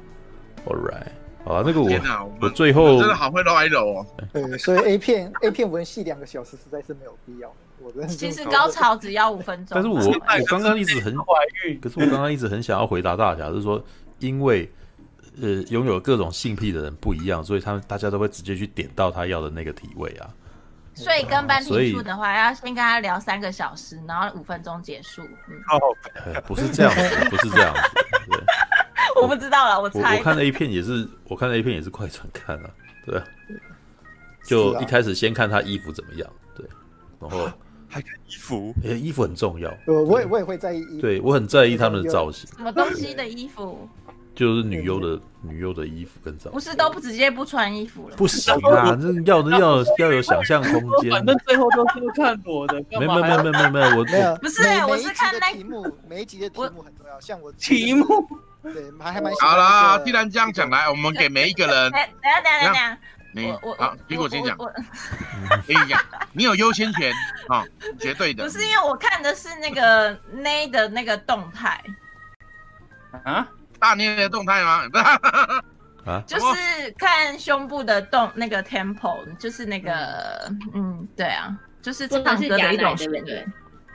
[SPEAKER 1] ，All right，好啊，那个我
[SPEAKER 7] 天哪，我
[SPEAKER 1] 我
[SPEAKER 7] 们
[SPEAKER 1] 最
[SPEAKER 7] 我
[SPEAKER 1] 后
[SPEAKER 7] 真的好会歪楼哦。
[SPEAKER 3] 对，所以 A 片 A 片文戏两个小时实在是没有必要。我真的
[SPEAKER 4] 其实高潮只要五分钟，
[SPEAKER 1] 但是我我刚刚一直很，
[SPEAKER 5] 怀孕
[SPEAKER 1] 可是我刚刚一直很想要回答大家，就是说，因为呃，拥有各种性癖的人不一样，所以他们大家都会直接去点到他要的那个体位啊。
[SPEAKER 4] [LAUGHS] 所以跟班
[SPEAKER 1] 所
[SPEAKER 4] 提
[SPEAKER 1] 以
[SPEAKER 4] 出的话，要先跟他聊三个小时，然后五分钟结束。嗯，
[SPEAKER 2] 哦
[SPEAKER 1] 呃不是这样子，不是这样子。对
[SPEAKER 4] [LAUGHS] 我不知道了，我
[SPEAKER 1] 我
[SPEAKER 4] 猜
[SPEAKER 1] 我
[SPEAKER 4] 的。
[SPEAKER 1] 看 A 片也是，我看 A 片也是快转看啊，对啊，就是
[SPEAKER 3] 啊
[SPEAKER 1] 一开始先看他衣服怎么样，对，然后
[SPEAKER 2] 还看衣服，
[SPEAKER 1] 诶、衣服很重要，
[SPEAKER 3] 我我也我也会在意一，
[SPEAKER 1] 对我很在意他们的造型，
[SPEAKER 4] 什么东西的衣服，
[SPEAKER 1] 就是女优的女优的衣服跟造
[SPEAKER 4] 不
[SPEAKER 1] 型。
[SPEAKER 4] 是都不直接不穿衣服了吗？
[SPEAKER 1] 不行啊，这要要要有想象空间。
[SPEAKER 5] 反正最后都是看裸的，干
[SPEAKER 1] 没
[SPEAKER 5] 嘛
[SPEAKER 1] 没
[SPEAKER 5] 还要
[SPEAKER 1] 没没没没，我
[SPEAKER 3] 没有，
[SPEAKER 1] 我
[SPEAKER 4] [LAUGHS] 不是
[SPEAKER 3] 每
[SPEAKER 4] 我
[SPEAKER 3] 每一
[SPEAKER 4] 是
[SPEAKER 3] 集
[SPEAKER 4] 看
[SPEAKER 3] 的
[SPEAKER 4] 那
[SPEAKER 3] 题
[SPEAKER 4] [LAUGHS]
[SPEAKER 3] 目，每一集的题目很重要。像我 [LAUGHS]
[SPEAKER 5] 题目？
[SPEAKER 3] 对，还还蛮喜欢
[SPEAKER 7] 好
[SPEAKER 3] 那
[SPEAKER 7] 啦，
[SPEAKER 3] 个
[SPEAKER 7] 既然这样讲，来，我们给每一
[SPEAKER 4] [LAUGHS]
[SPEAKER 7] 个人，
[SPEAKER 4] 哎，等一下等一下等一下，
[SPEAKER 7] 你
[SPEAKER 4] 我我
[SPEAKER 7] 好，苹果先讲，
[SPEAKER 4] 我我
[SPEAKER 7] 苹果先讲，你有优先权啊，绝对的
[SPEAKER 4] 不。是因为我看的是那个
[SPEAKER 7] [LAUGHS]
[SPEAKER 4] Nay 的那个动态，
[SPEAKER 5] 啊？
[SPEAKER 7] 大捏的动态吗？
[SPEAKER 1] 啊，
[SPEAKER 4] 就是看胸部的动那个 tempo，就是那个
[SPEAKER 7] 哦
[SPEAKER 4] 嗯，对啊，就是
[SPEAKER 6] 不
[SPEAKER 4] 唱
[SPEAKER 6] 能是
[SPEAKER 4] 歌
[SPEAKER 6] 假
[SPEAKER 4] 的一
[SPEAKER 6] 奶，
[SPEAKER 4] 种
[SPEAKER 6] 对
[SPEAKER 4] 旋
[SPEAKER 6] 不
[SPEAKER 4] 律
[SPEAKER 6] 对，？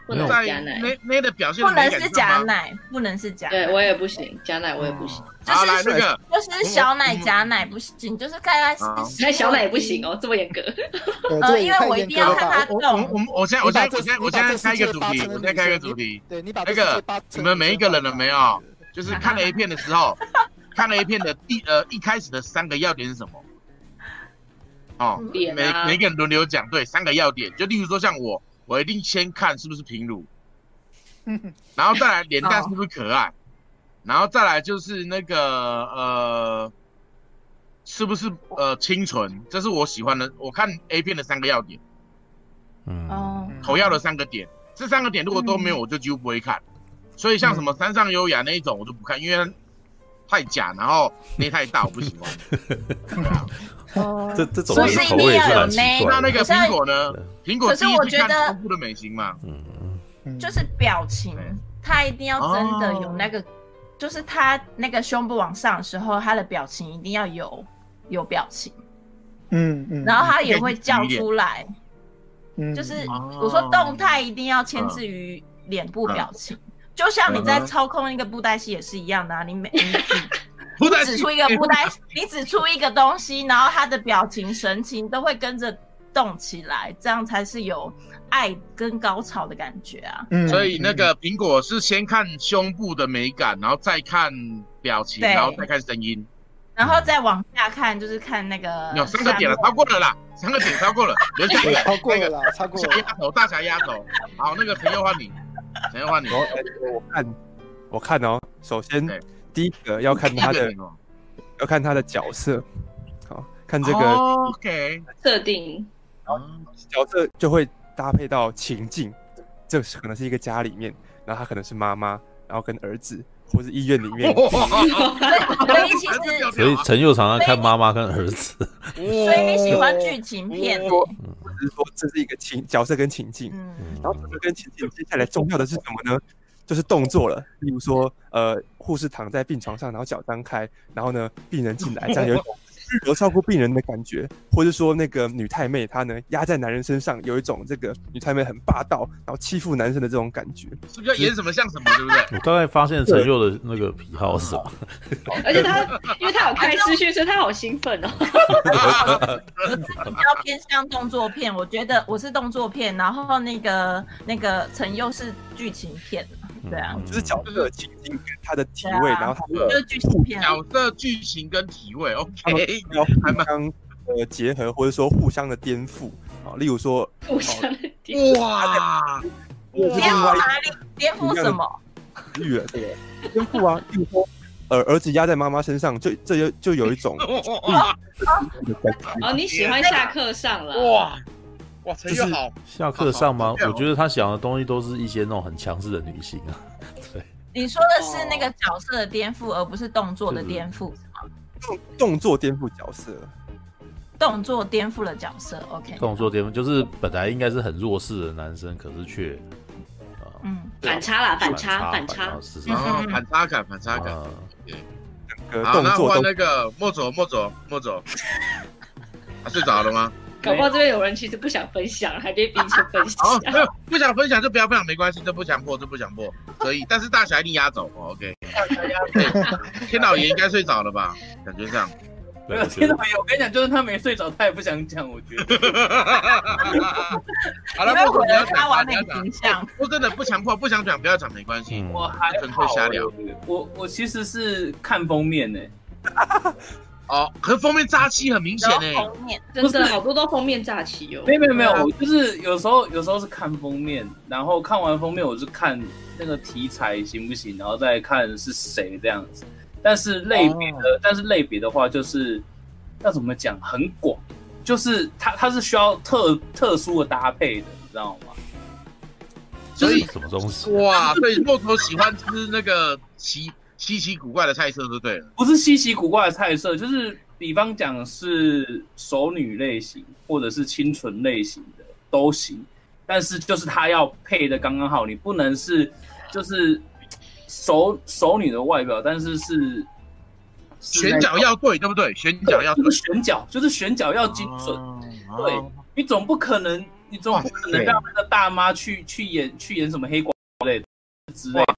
[SPEAKER 6] 不
[SPEAKER 7] [LAUGHS]
[SPEAKER 6] 能
[SPEAKER 7] 在
[SPEAKER 6] 是假奶，
[SPEAKER 7] 捏捏的表现
[SPEAKER 4] 不
[SPEAKER 7] 的美
[SPEAKER 4] 能
[SPEAKER 7] 感
[SPEAKER 4] 是
[SPEAKER 7] 上
[SPEAKER 4] 假
[SPEAKER 7] 吗。
[SPEAKER 4] 奶，不能是假奶
[SPEAKER 6] 对，我也不行，假奶我也不
[SPEAKER 1] 哦
[SPEAKER 6] 行，
[SPEAKER 4] 就
[SPEAKER 7] 好，来
[SPEAKER 4] 是
[SPEAKER 7] 那个
[SPEAKER 4] 就是小奶假奶不行，就是看
[SPEAKER 7] 好
[SPEAKER 4] 他
[SPEAKER 6] 那小奶也不行哦，这么严格。
[SPEAKER 3] 对
[SPEAKER 4] 呃
[SPEAKER 3] 这也
[SPEAKER 4] 因为
[SPEAKER 3] 太
[SPEAKER 4] 我一
[SPEAKER 3] 严
[SPEAKER 4] 定
[SPEAKER 3] 格
[SPEAKER 4] 要
[SPEAKER 3] 了
[SPEAKER 4] 看
[SPEAKER 3] 吧
[SPEAKER 4] 他
[SPEAKER 3] 我
[SPEAKER 7] 我
[SPEAKER 4] 动
[SPEAKER 7] 我们我现在我
[SPEAKER 3] 你把
[SPEAKER 7] 现
[SPEAKER 3] 这
[SPEAKER 7] 在
[SPEAKER 3] 你
[SPEAKER 7] 我现在我
[SPEAKER 3] 把
[SPEAKER 7] 现在
[SPEAKER 3] 这世
[SPEAKER 7] 开一个
[SPEAKER 3] 界
[SPEAKER 7] 主
[SPEAKER 3] 八
[SPEAKER 7] 题
[SPEAKER 3] 成，的
[SPEAKER 7] 我现在开一个主
[SPEAKER 3] 女
[SPEAKER 7] 题，
[SPEAKER 3] 对你把
[SPEAKER 7] 那
[SPEAKER 3] 这世
[SPEAKER 7] 个
[SPEAKER 3] 界八成
[SPEAKER 7] 你们每一个人了没有？就是
[SPEAKER 4] 嗯
[SPEAKER 7] 看了一片的时
[SPEAKER 4] [LAUGHS]
[SPEAKER 7] 候，看了一片的第呃一开始的三个要点是什么？哦，
[SPEAKER 6] 脸
[SPEAKER 7] 每
[SPEAKER 6] 啊
[SPEAKER 7] 每个人轮流讲，对，三个要点。就例如说像我，我一定先看是不是
[SPEAKER 4] [LAUGHS]
[SPEAKER 7] 平乳，然后再来脸蛋是不是可爱，
[SPEAKER 4] 哦
[SPEAKER 7] 然后再来就是那个呃，是不是呃清纯？这是我喜欢的，我看 A 片的三个要点，
[SPEAKER 4] 哦
[SPEAKER 1] 嗯，
[SPEAKER 7] 头要的三个点。这三个点如果都没
[SPEAKER 4] 嗯
[SPEAKER 7] 有，我就几乎不会看。所以像什么山上优雅那一种，我就不看，因为太假，然后内太大，我
[SPEAKER 4] [LAUGHS]
[SPEAKER 7] 不喜欢。对啊
[SPEAKER 4] 哦
[SPEAKER 7] [LAUGHS]
[SPEAKER 1] 这这种
[SPEAKER 4] 所以
[SPEAKER 1] 人
[SPEAKER 4] 是
[SPEAKER 1] 口味也是
[SPEAKER 4] 一定要有
[SPEAKER 1] 很奇
[SPEAKER 4] 那
[SPEAKER 1] 怪
[SPEAKER 7] 那
[SPEAKER 1] 的。
[SPEAKER 7] 那个苹果呢
[SPEAKER 1] 对？
[SPEAKER 7] 苹果
[SPEAKER 4] 可是
[SPEAKER 7] 第一
[SPEAKER 4] 我
[SPEAKER 7] 次
[SPEAKER 4] 觉得
[SPEAKER 7] 看胸部的美型嘛，
[SPEAKER 1] 嗯嗯，
[SPEAKER 4] 就是表情，他一定要真的有那
[SPEAKER 7] 哦
[SPEAKER 4] 个，就是他那个胸部往上的时候，他的表情一定要有有表情，
[SPEAKER 3] 嗯嗯，
[SPEAKER 4] 然后他也会叫出来，
[SPEAKER 3] 嗯
[SPEAKER 4] 就是
[SPEAKER 7] 哦嗯
[SPEAKER 4] 我说动态一定要牵制于脸部表情。就像你在操控一个布袋戏也是一样的、啊，你每你
[SPEAKER 7] [LAUGHS]
[SPEAKER 4] 指
[SPEAKER 7] 不然
[SPEAKER 4] 指出一个布 [LAUGHS] 袋，你指出一个东西，然后他的表情、神情都会跟着动起来，这样才是有爱跟高潮的感觉啊！
[SPEAKER 3] 嗯
[SPEAKER 7] 所以那个苹果是先看胸部的美感，然后再看表情，
[SPEAKER 4] 对
[SPEAKER 7] 然后再看声音。
[SPEAKER 4] 然后再往下看，就是看那呃个
[SPEAKER 7] 嗯有三个点了，
[SPEAKER 4] 下
[SPEAKER 7] 超
[SPEAKER 4] 面
[SPEAKER 7] 过了啦，三个点超过
[SPEAKER 4] [LAUGHS]
[SPEAKER 7] 了，留下 [LAUGHS] 一
[SPEAKER 3] 对
[SPEAKER 7] 个
[SPEAKER 3] 嗯超过
[SPEAKER 7] 那
[SPEAKER 3] 了
[SPEAKER 7] 个
[SPEAKER 3] 啦，超过
[SPEAKER 7] 小
[SPEAKER 3] 了
[SPEAKER 7] 丫头，大侠丫头。好，那个陈又换你，陈又换你。
[SPEAKER 2] 我哎我看我看哦，首先
[SPEAKER 7] 对
[SPEAKER 2] 第一个要看他的
[SPEAKER 7] 第一个点哦
[SPEAKER 2] 要看他的角色，好看这个哦
[SPEAKER 7] 哦 OK，
[SPEAKER 6] 设定
[SPEAKER 2] 角色就会搭配到情境，这是可能是一个家里面，然后他可能是妈妈，然后跟儿子，或是医院里
[SPEAKER 7] [LAUGHS]
[SPEAKER 2] 面，
[SPEAKER 4] 所以其实
[SPEAKER 1] 所以陈佑常常看妈妈跟儿子，
[SPEAKER 4] 所
[SPEAKER 7] 所
[SPEAKER 4] 以你喜欢
[SPEAKER 7] 哦
[SPEAKER 4] 剧情片，
[SPEAKER 2] 说只是说这是一个情角色跟情境，
[SPEAKER 4] 嗯，
[SPEAKER 2] 然后角色跟情境接下来重要的是什么呢？就是动作了，例如说，呃，护士躺在病床上，然后脚张开，然后呢，病人进来，这样有一种日流照顾病人的感觉，或者说那个女太妹她呢压在男人身上，有一种这个女太妹很霸道，然后欺负男生的这种感觉。
[SPEAKER 7] [LAUGHS] 是不是要演什么像什么，对不
[SPEAKER 2] [LAUGHS]
[SPEAKER 7] 对？
[SPEAKER 1] 我大概发现陈佑的那个癖好是什么。
[SPEAKER 6] 而且他，因为他有开私讯，所以他好兴奋哦。
[SPEAKER 4] 比较偏向动作片。我觉得我是动作片，然后那个那个陈佑是剧情片，对啊，
[SPEAKER 1] 嗯
[SPEAKER 2] 就是角色情境跟他的体位，
[SPEAKER 4] 对啊
[SPEAKER 2] 然后他
[SPEAKER 4] 就
[SPEAKER 2] 的
[SPEAKER 4] 是剧情片啊。
[SPEAKER 7] 角色、剧情跟体位
[SPEAKER 2] 他们
[SPEAKER 7] ，OK。
[SPEAKER 2] 要互相呃结合，或者说互相的颠覆啊。例如说，
[SPEAKER 6] 互相的点，
[SPEAKER 7] 嗯
[SPEAKER 2] 哦
[SPEAKER 7] 哇，
[SPEAKER 2] 这是
[SPEAKER 4] 颠
[SPEAKER 2] 另外
[SPEAKER 4] 覆
[SPEAKER 2] 一
[SPEAKER 4] 哪里？颠覆什么？
[SPEAKER 2] 个域了，这个颠覆啊。例如说，呃，儿子压在妈妈身上，就这就就有一
[SPEAKER 7] [LAUGHS]
[SPEAKER 2] 种
[SPEAKER 7] 哇
[SPEAKER 2] 的感觉。
[SPEAKER 6] 哦，你喜欢下课上了？
[SPEAKER 7] 哇哇，陈
[SPEAKER 1] 就
[SPEAKER 7] 又
[SPEAKER 1] 是
[SPEAKER 7] 好，
[SPEAKER 1] 下课上吗
[SPEAKER 7] 好好好这？样
[SPEAKER 1] 我
[SPEAKER 7] 哦
[SPEAKER 1] 觉得他想的东西都是一些那种很强势的女性啊，
[SPEAKER 4] 你说的是那个角色的颠覆，而不是动作的颠覆，
[SPEAKER 2] 动动作颠覆角色，
[SPEAKER 4] 动作颠覆了角色。OK，
[SPEAKER 1] 动作巅峰，就是本来应该是很弱势的男生，可是却啊
[SPEAKER 4] 嗯，
[SPEAKER 6] 反差啦，反差，
[SPEAKER 1] 反
[SPEAKER 6] 反
[SPEAKER 1] 差
[SPEAKER 6] 差，
[SPEAKER 1] 是
[SPEAKER 7] 嗯
[SPEAKER 2] 哦
[SPEAKER 7] 然后反差感，反差感，
[SPEAKER 1] 啊，
[SPEAKER 2] 整个
[SPEAKER 7] 好，
[SPEAKER 2] 动
[SPEAKER 7] 那
[SPEAKER 2] 作
[SPEAKER 7] 换
[SPEAKER 2] 都
[SPEAKER 7] 那个莫总，莫总，莫
[SPEAKER 4] [LAUGHS]
[SPEAKER 7] 总，他睡着了吗？
[SPEAKER 6] 搞不好这边有人其实不想分享，还被逼去分
[SPEAKER 4] [LAUGHS]
[SPEAKER 7] 好，
[SPEAKER 6] 享。
[SPEAKER 7] 啊没
[SPEAKER 6] [LAUGHS]
[SPEAKER 7] 有不想分享就不要分享，没关系，这不强迫，这不强迫，可以。但是大侠一定压走哦，OK。对天老爷应该睡着了吧？感觉
[SPEAKER 4] [LAUGHS]
[SPEAKER 7] 上。
[SPEAKER 5] 没
[SPEAKER 1] 对，
[SPEAKER 5] 有
[SPEAKER 1] 我觉得
[SPEAKER 5] 听 [LAUGHS] 到没有？我跟你讲，就是他没睡着，他也不想讲。我觉
[SPEAKER 1] [LAUGHS]
[SPEAKER 5] 得
[SPEAKER 7] 好
[SPEAKER 4] 你
[SPEAKER 7] 了，
[SPEAKER 4] 们
[SPEAKER 7] 莫总
[SPEAKER 4] 毁
[SPEAKER 7] 你要
[SPEAKER 4] 了
[SPEAKER 7] 讲
[SPEAKER 4] 他
[SPEAKER 7] 吧，
[SPEAKER 4] 完
[SPEAKER 7] 你
[SPEAKER 4] 美
[SPEAKER 7] 要讲。哦
[SPEAKER 4] 形象。
[SPEAKER 7] 说真的，不强迫，不想讲，不要讲，没关系。
[SPEAKER 1] 嗯
[SPEAKER 5] 我还
[SPEAKER 7] 纯粹瞎聊
[SPEAKER 5] 好。我我其实是看封面呢，
[SPEAKER 7] 哦，可是封面扎气很明显欸呢、
[SPEAKER 4] 然后封面
[SPEAKER 6] 真
[SPEAKER 5] 不是
[SPEAKER 6] 的好多都封面诈欺哦
[SPEAKER 5] 没。有没有没有，我就是有时候有时候是看封面，然后看完封面我是看那个题材行不行，然后再看是谁这样子。但是类别的，但是类别的话就是要怎么讲很广，就是它它是需要特特殊的搭配的，你知道吗？
[SPEAKER 1] 这
[SPEAKER 7] 所
[SPEAKER 1] 是
[SPEAKER 7] 以
[SPEAKER 1] 什么东西？
[SPEAKER 7] [LAUGHS] 哇，所以莫头喜欢吃那个奇稀奇古怪的菜色，就对了。
[SPEAKER 5] 不是稀奇古怪的菜色，就是比方讲是熟女类型或者是清纯类型的都行，但是就是它要配的刚刚好，你不能是就是熟熟女的外表，但是是是
[SPEAKER 7] 选角要对，对不对？选角要对
[SPEAKER 5] 就是，选角，就是选角要精准，对
[SPEAKER 7] 哦
[SPEAKER 5] 你总不可能你总不可能
[SPEAKER 7] 对
[SPEAKER 5] 让那个大妈去去演去演什么黑寡妇类的之类的。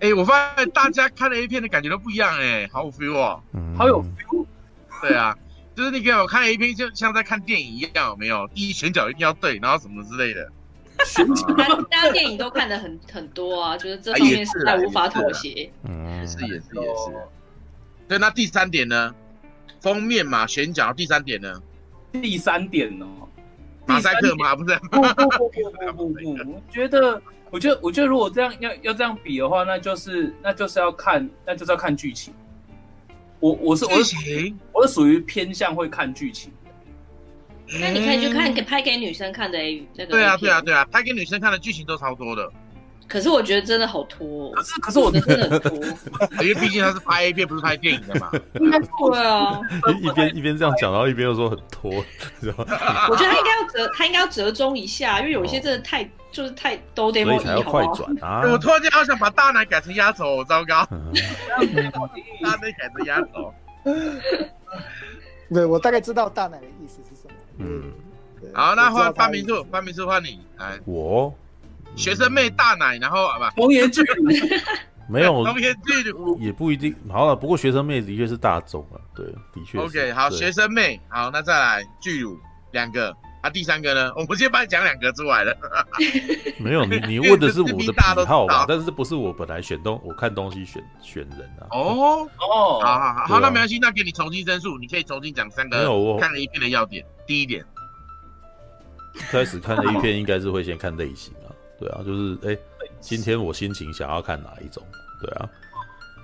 [SPEAKER 7] 哎、我发现大家看了 A 片的感觉都不一样哎、好有 feel 哦。
[SPEAKER 1] 嗯
[SPEAKER 5] 好有 feel，
[SPEAKER 7] 对啊， [LAUGHS] 就是你给我看 A 片，就像在看电影一样，有没有？第一选角一定要对，然后什么之类的。
[SPEAKER 5] 选角
[SPEAKER 6] 大大家电影都看的很很多啊，就是这
[SPEAKER 7] 啊
[SPEAKER 6] 方
[SPEAKER 7] 也
[SPEAKER 6] 面
[SPEAKER 7] 是
[SPEAKER 6] 实
[SPEAKER 7] 啦
[SPEAKER 6] 在无法
[SPEAKER 7] 也是啦
[SPEAKER 6] 妥协。
[SPEAKER 1] 嗯
[SPEAKER 7] [LAUGHS] 也是也是也是。对，那第三点呢？封面嘛，选角。第三点呢？
[SPEAKER 5] 第三点哦，
[SPEAKER 7] 马赛
[SPEAKER 5] 第
[SPEAKER 7] 克
[SPEAKER 5] 三点
[SPEAKER 7] 嘛，不是？
[SPEAKER 5] 不不不不不不，我觉得，我觉得，我觉得，如果这样要要这样比的话，那就是那就是要看，那就是要看剧情。我我
[SPEAKER 6] [LAUGHS]
[SPEAKER 5] 是我
[SPEAKER 7] 剧
[SPEAKER 5] 是
[SPEAKER 7] 情。
[SPEAKER 5] 我是属于偏向会看剧情的，
[SPEAKER 6] 那你可以去看
[SPEAKER 7] 嗯
[SPEAKER 6] 给拍给女生看的 A 那个。
[SPEAKER 7] 对啊，对啊，。对啊，拍给女生看的剧情都超多的，
[SPEAKER 6] 可是我觉得真的好拖哦
[SPEAKER 5] 可，是可是我
[SPEAKER 6] 真的很拖。
[SPEAKER 7] 因为毕竟他是拍 A 片，不是拍电影的嘛。 [LAUGHS]
[SPEAKER 6] 对啊，
[SPEAKER 1] 一一边一边这样讲，然后一边又说很拖，知道吗？
[SPEAKER 6] [LAUGHS] 我觉得他应该要折，他应该要折中一下，因为有一些真的太就是太都得
[SPEAKER 1] 所
[SPEAKER 6] 摸
[SPEAKER 1] 以才要
[SPEAKER 6] 一，好
[SPEAKER 1] 快
[SPEAKER 6] 不好？
[SPEAKER 1] 转啊！
[SPEAKER 7] 我突然间好想把大奶改成压轴，糟糕，
[SPEAKER 1] 嗯
[SPEAKER 7] 大奶改成压
[SPEAKER 1] [LAUGHS]
[SPEAKER 7] 轴。
[SPEAKER 3] 对，我大概知道大奶的意思是什么。
[SPEAKER 1] 嗯，
[SPEAKER 3] 对，
[SPEAKER 7] 好，那换发
[SPEAKER 3] 发
[SPEAKER 7] 明处，发明处换你来。
[SPEAKER 1] 我
[SPEAKER 7] 学生妹大奶，然后啊不，
[SPEAKER 5] 童颜剧里
[SPEAKER 1] 没
[SPEAKER 7] [LAUGHS]
[SPEAKER 1] 有，
[SPEAKER 7] 同学剧里
[SPEAKER 1] 也不一定。好了，不过学生妹的确是大众啊，对，的确是。
[SPEAKER 7] OK，好，
[SPEAKER 1] 对
[SPEAKER 7] 学生妹，好，那再来巨乳两个，啊，第三个呢？我 [LAUGHS] 们先帮你讲两个出来了。
[SPEAKER 1] 没
[SPEAKER 7] [LAUGHS]
[SPEAKER 1] 有你，你
[SPEAKER 7] 因为
[SPEAKER 1] 问的
[SPEAKER 7] 这
[SPEAKER 1] 是我
[SPEAKER 7] 自闭
[SPEAKER 1] 的
[SPEAKER 7] 大家都
[SPEAKER 1] 癖好
[SPEAKER 7] 知道
[SPEAKER 1] 吧？但是这不是我本来选东，我看东西选选人啊。
[SPEAKER 7] 哦，
[SPEAKER 5] 哦
[SPEAKER 7] 好，好好，好
[SPEAKER 1] 对啊
[SPEAKER 7] 那没关系，那给你重新申述，你可以重新讲三
[SPEAKER 1] 没有
[SPEAKER 7] 个
[SPEAKER 1] 我
[SPEAKER 7] 看了一遍的要点。第一点，
[SPEAKER 1] 开始看 A 片应该是会先看类型啊，对啊，就是哎、今天我心情想要看哪一种，对啊，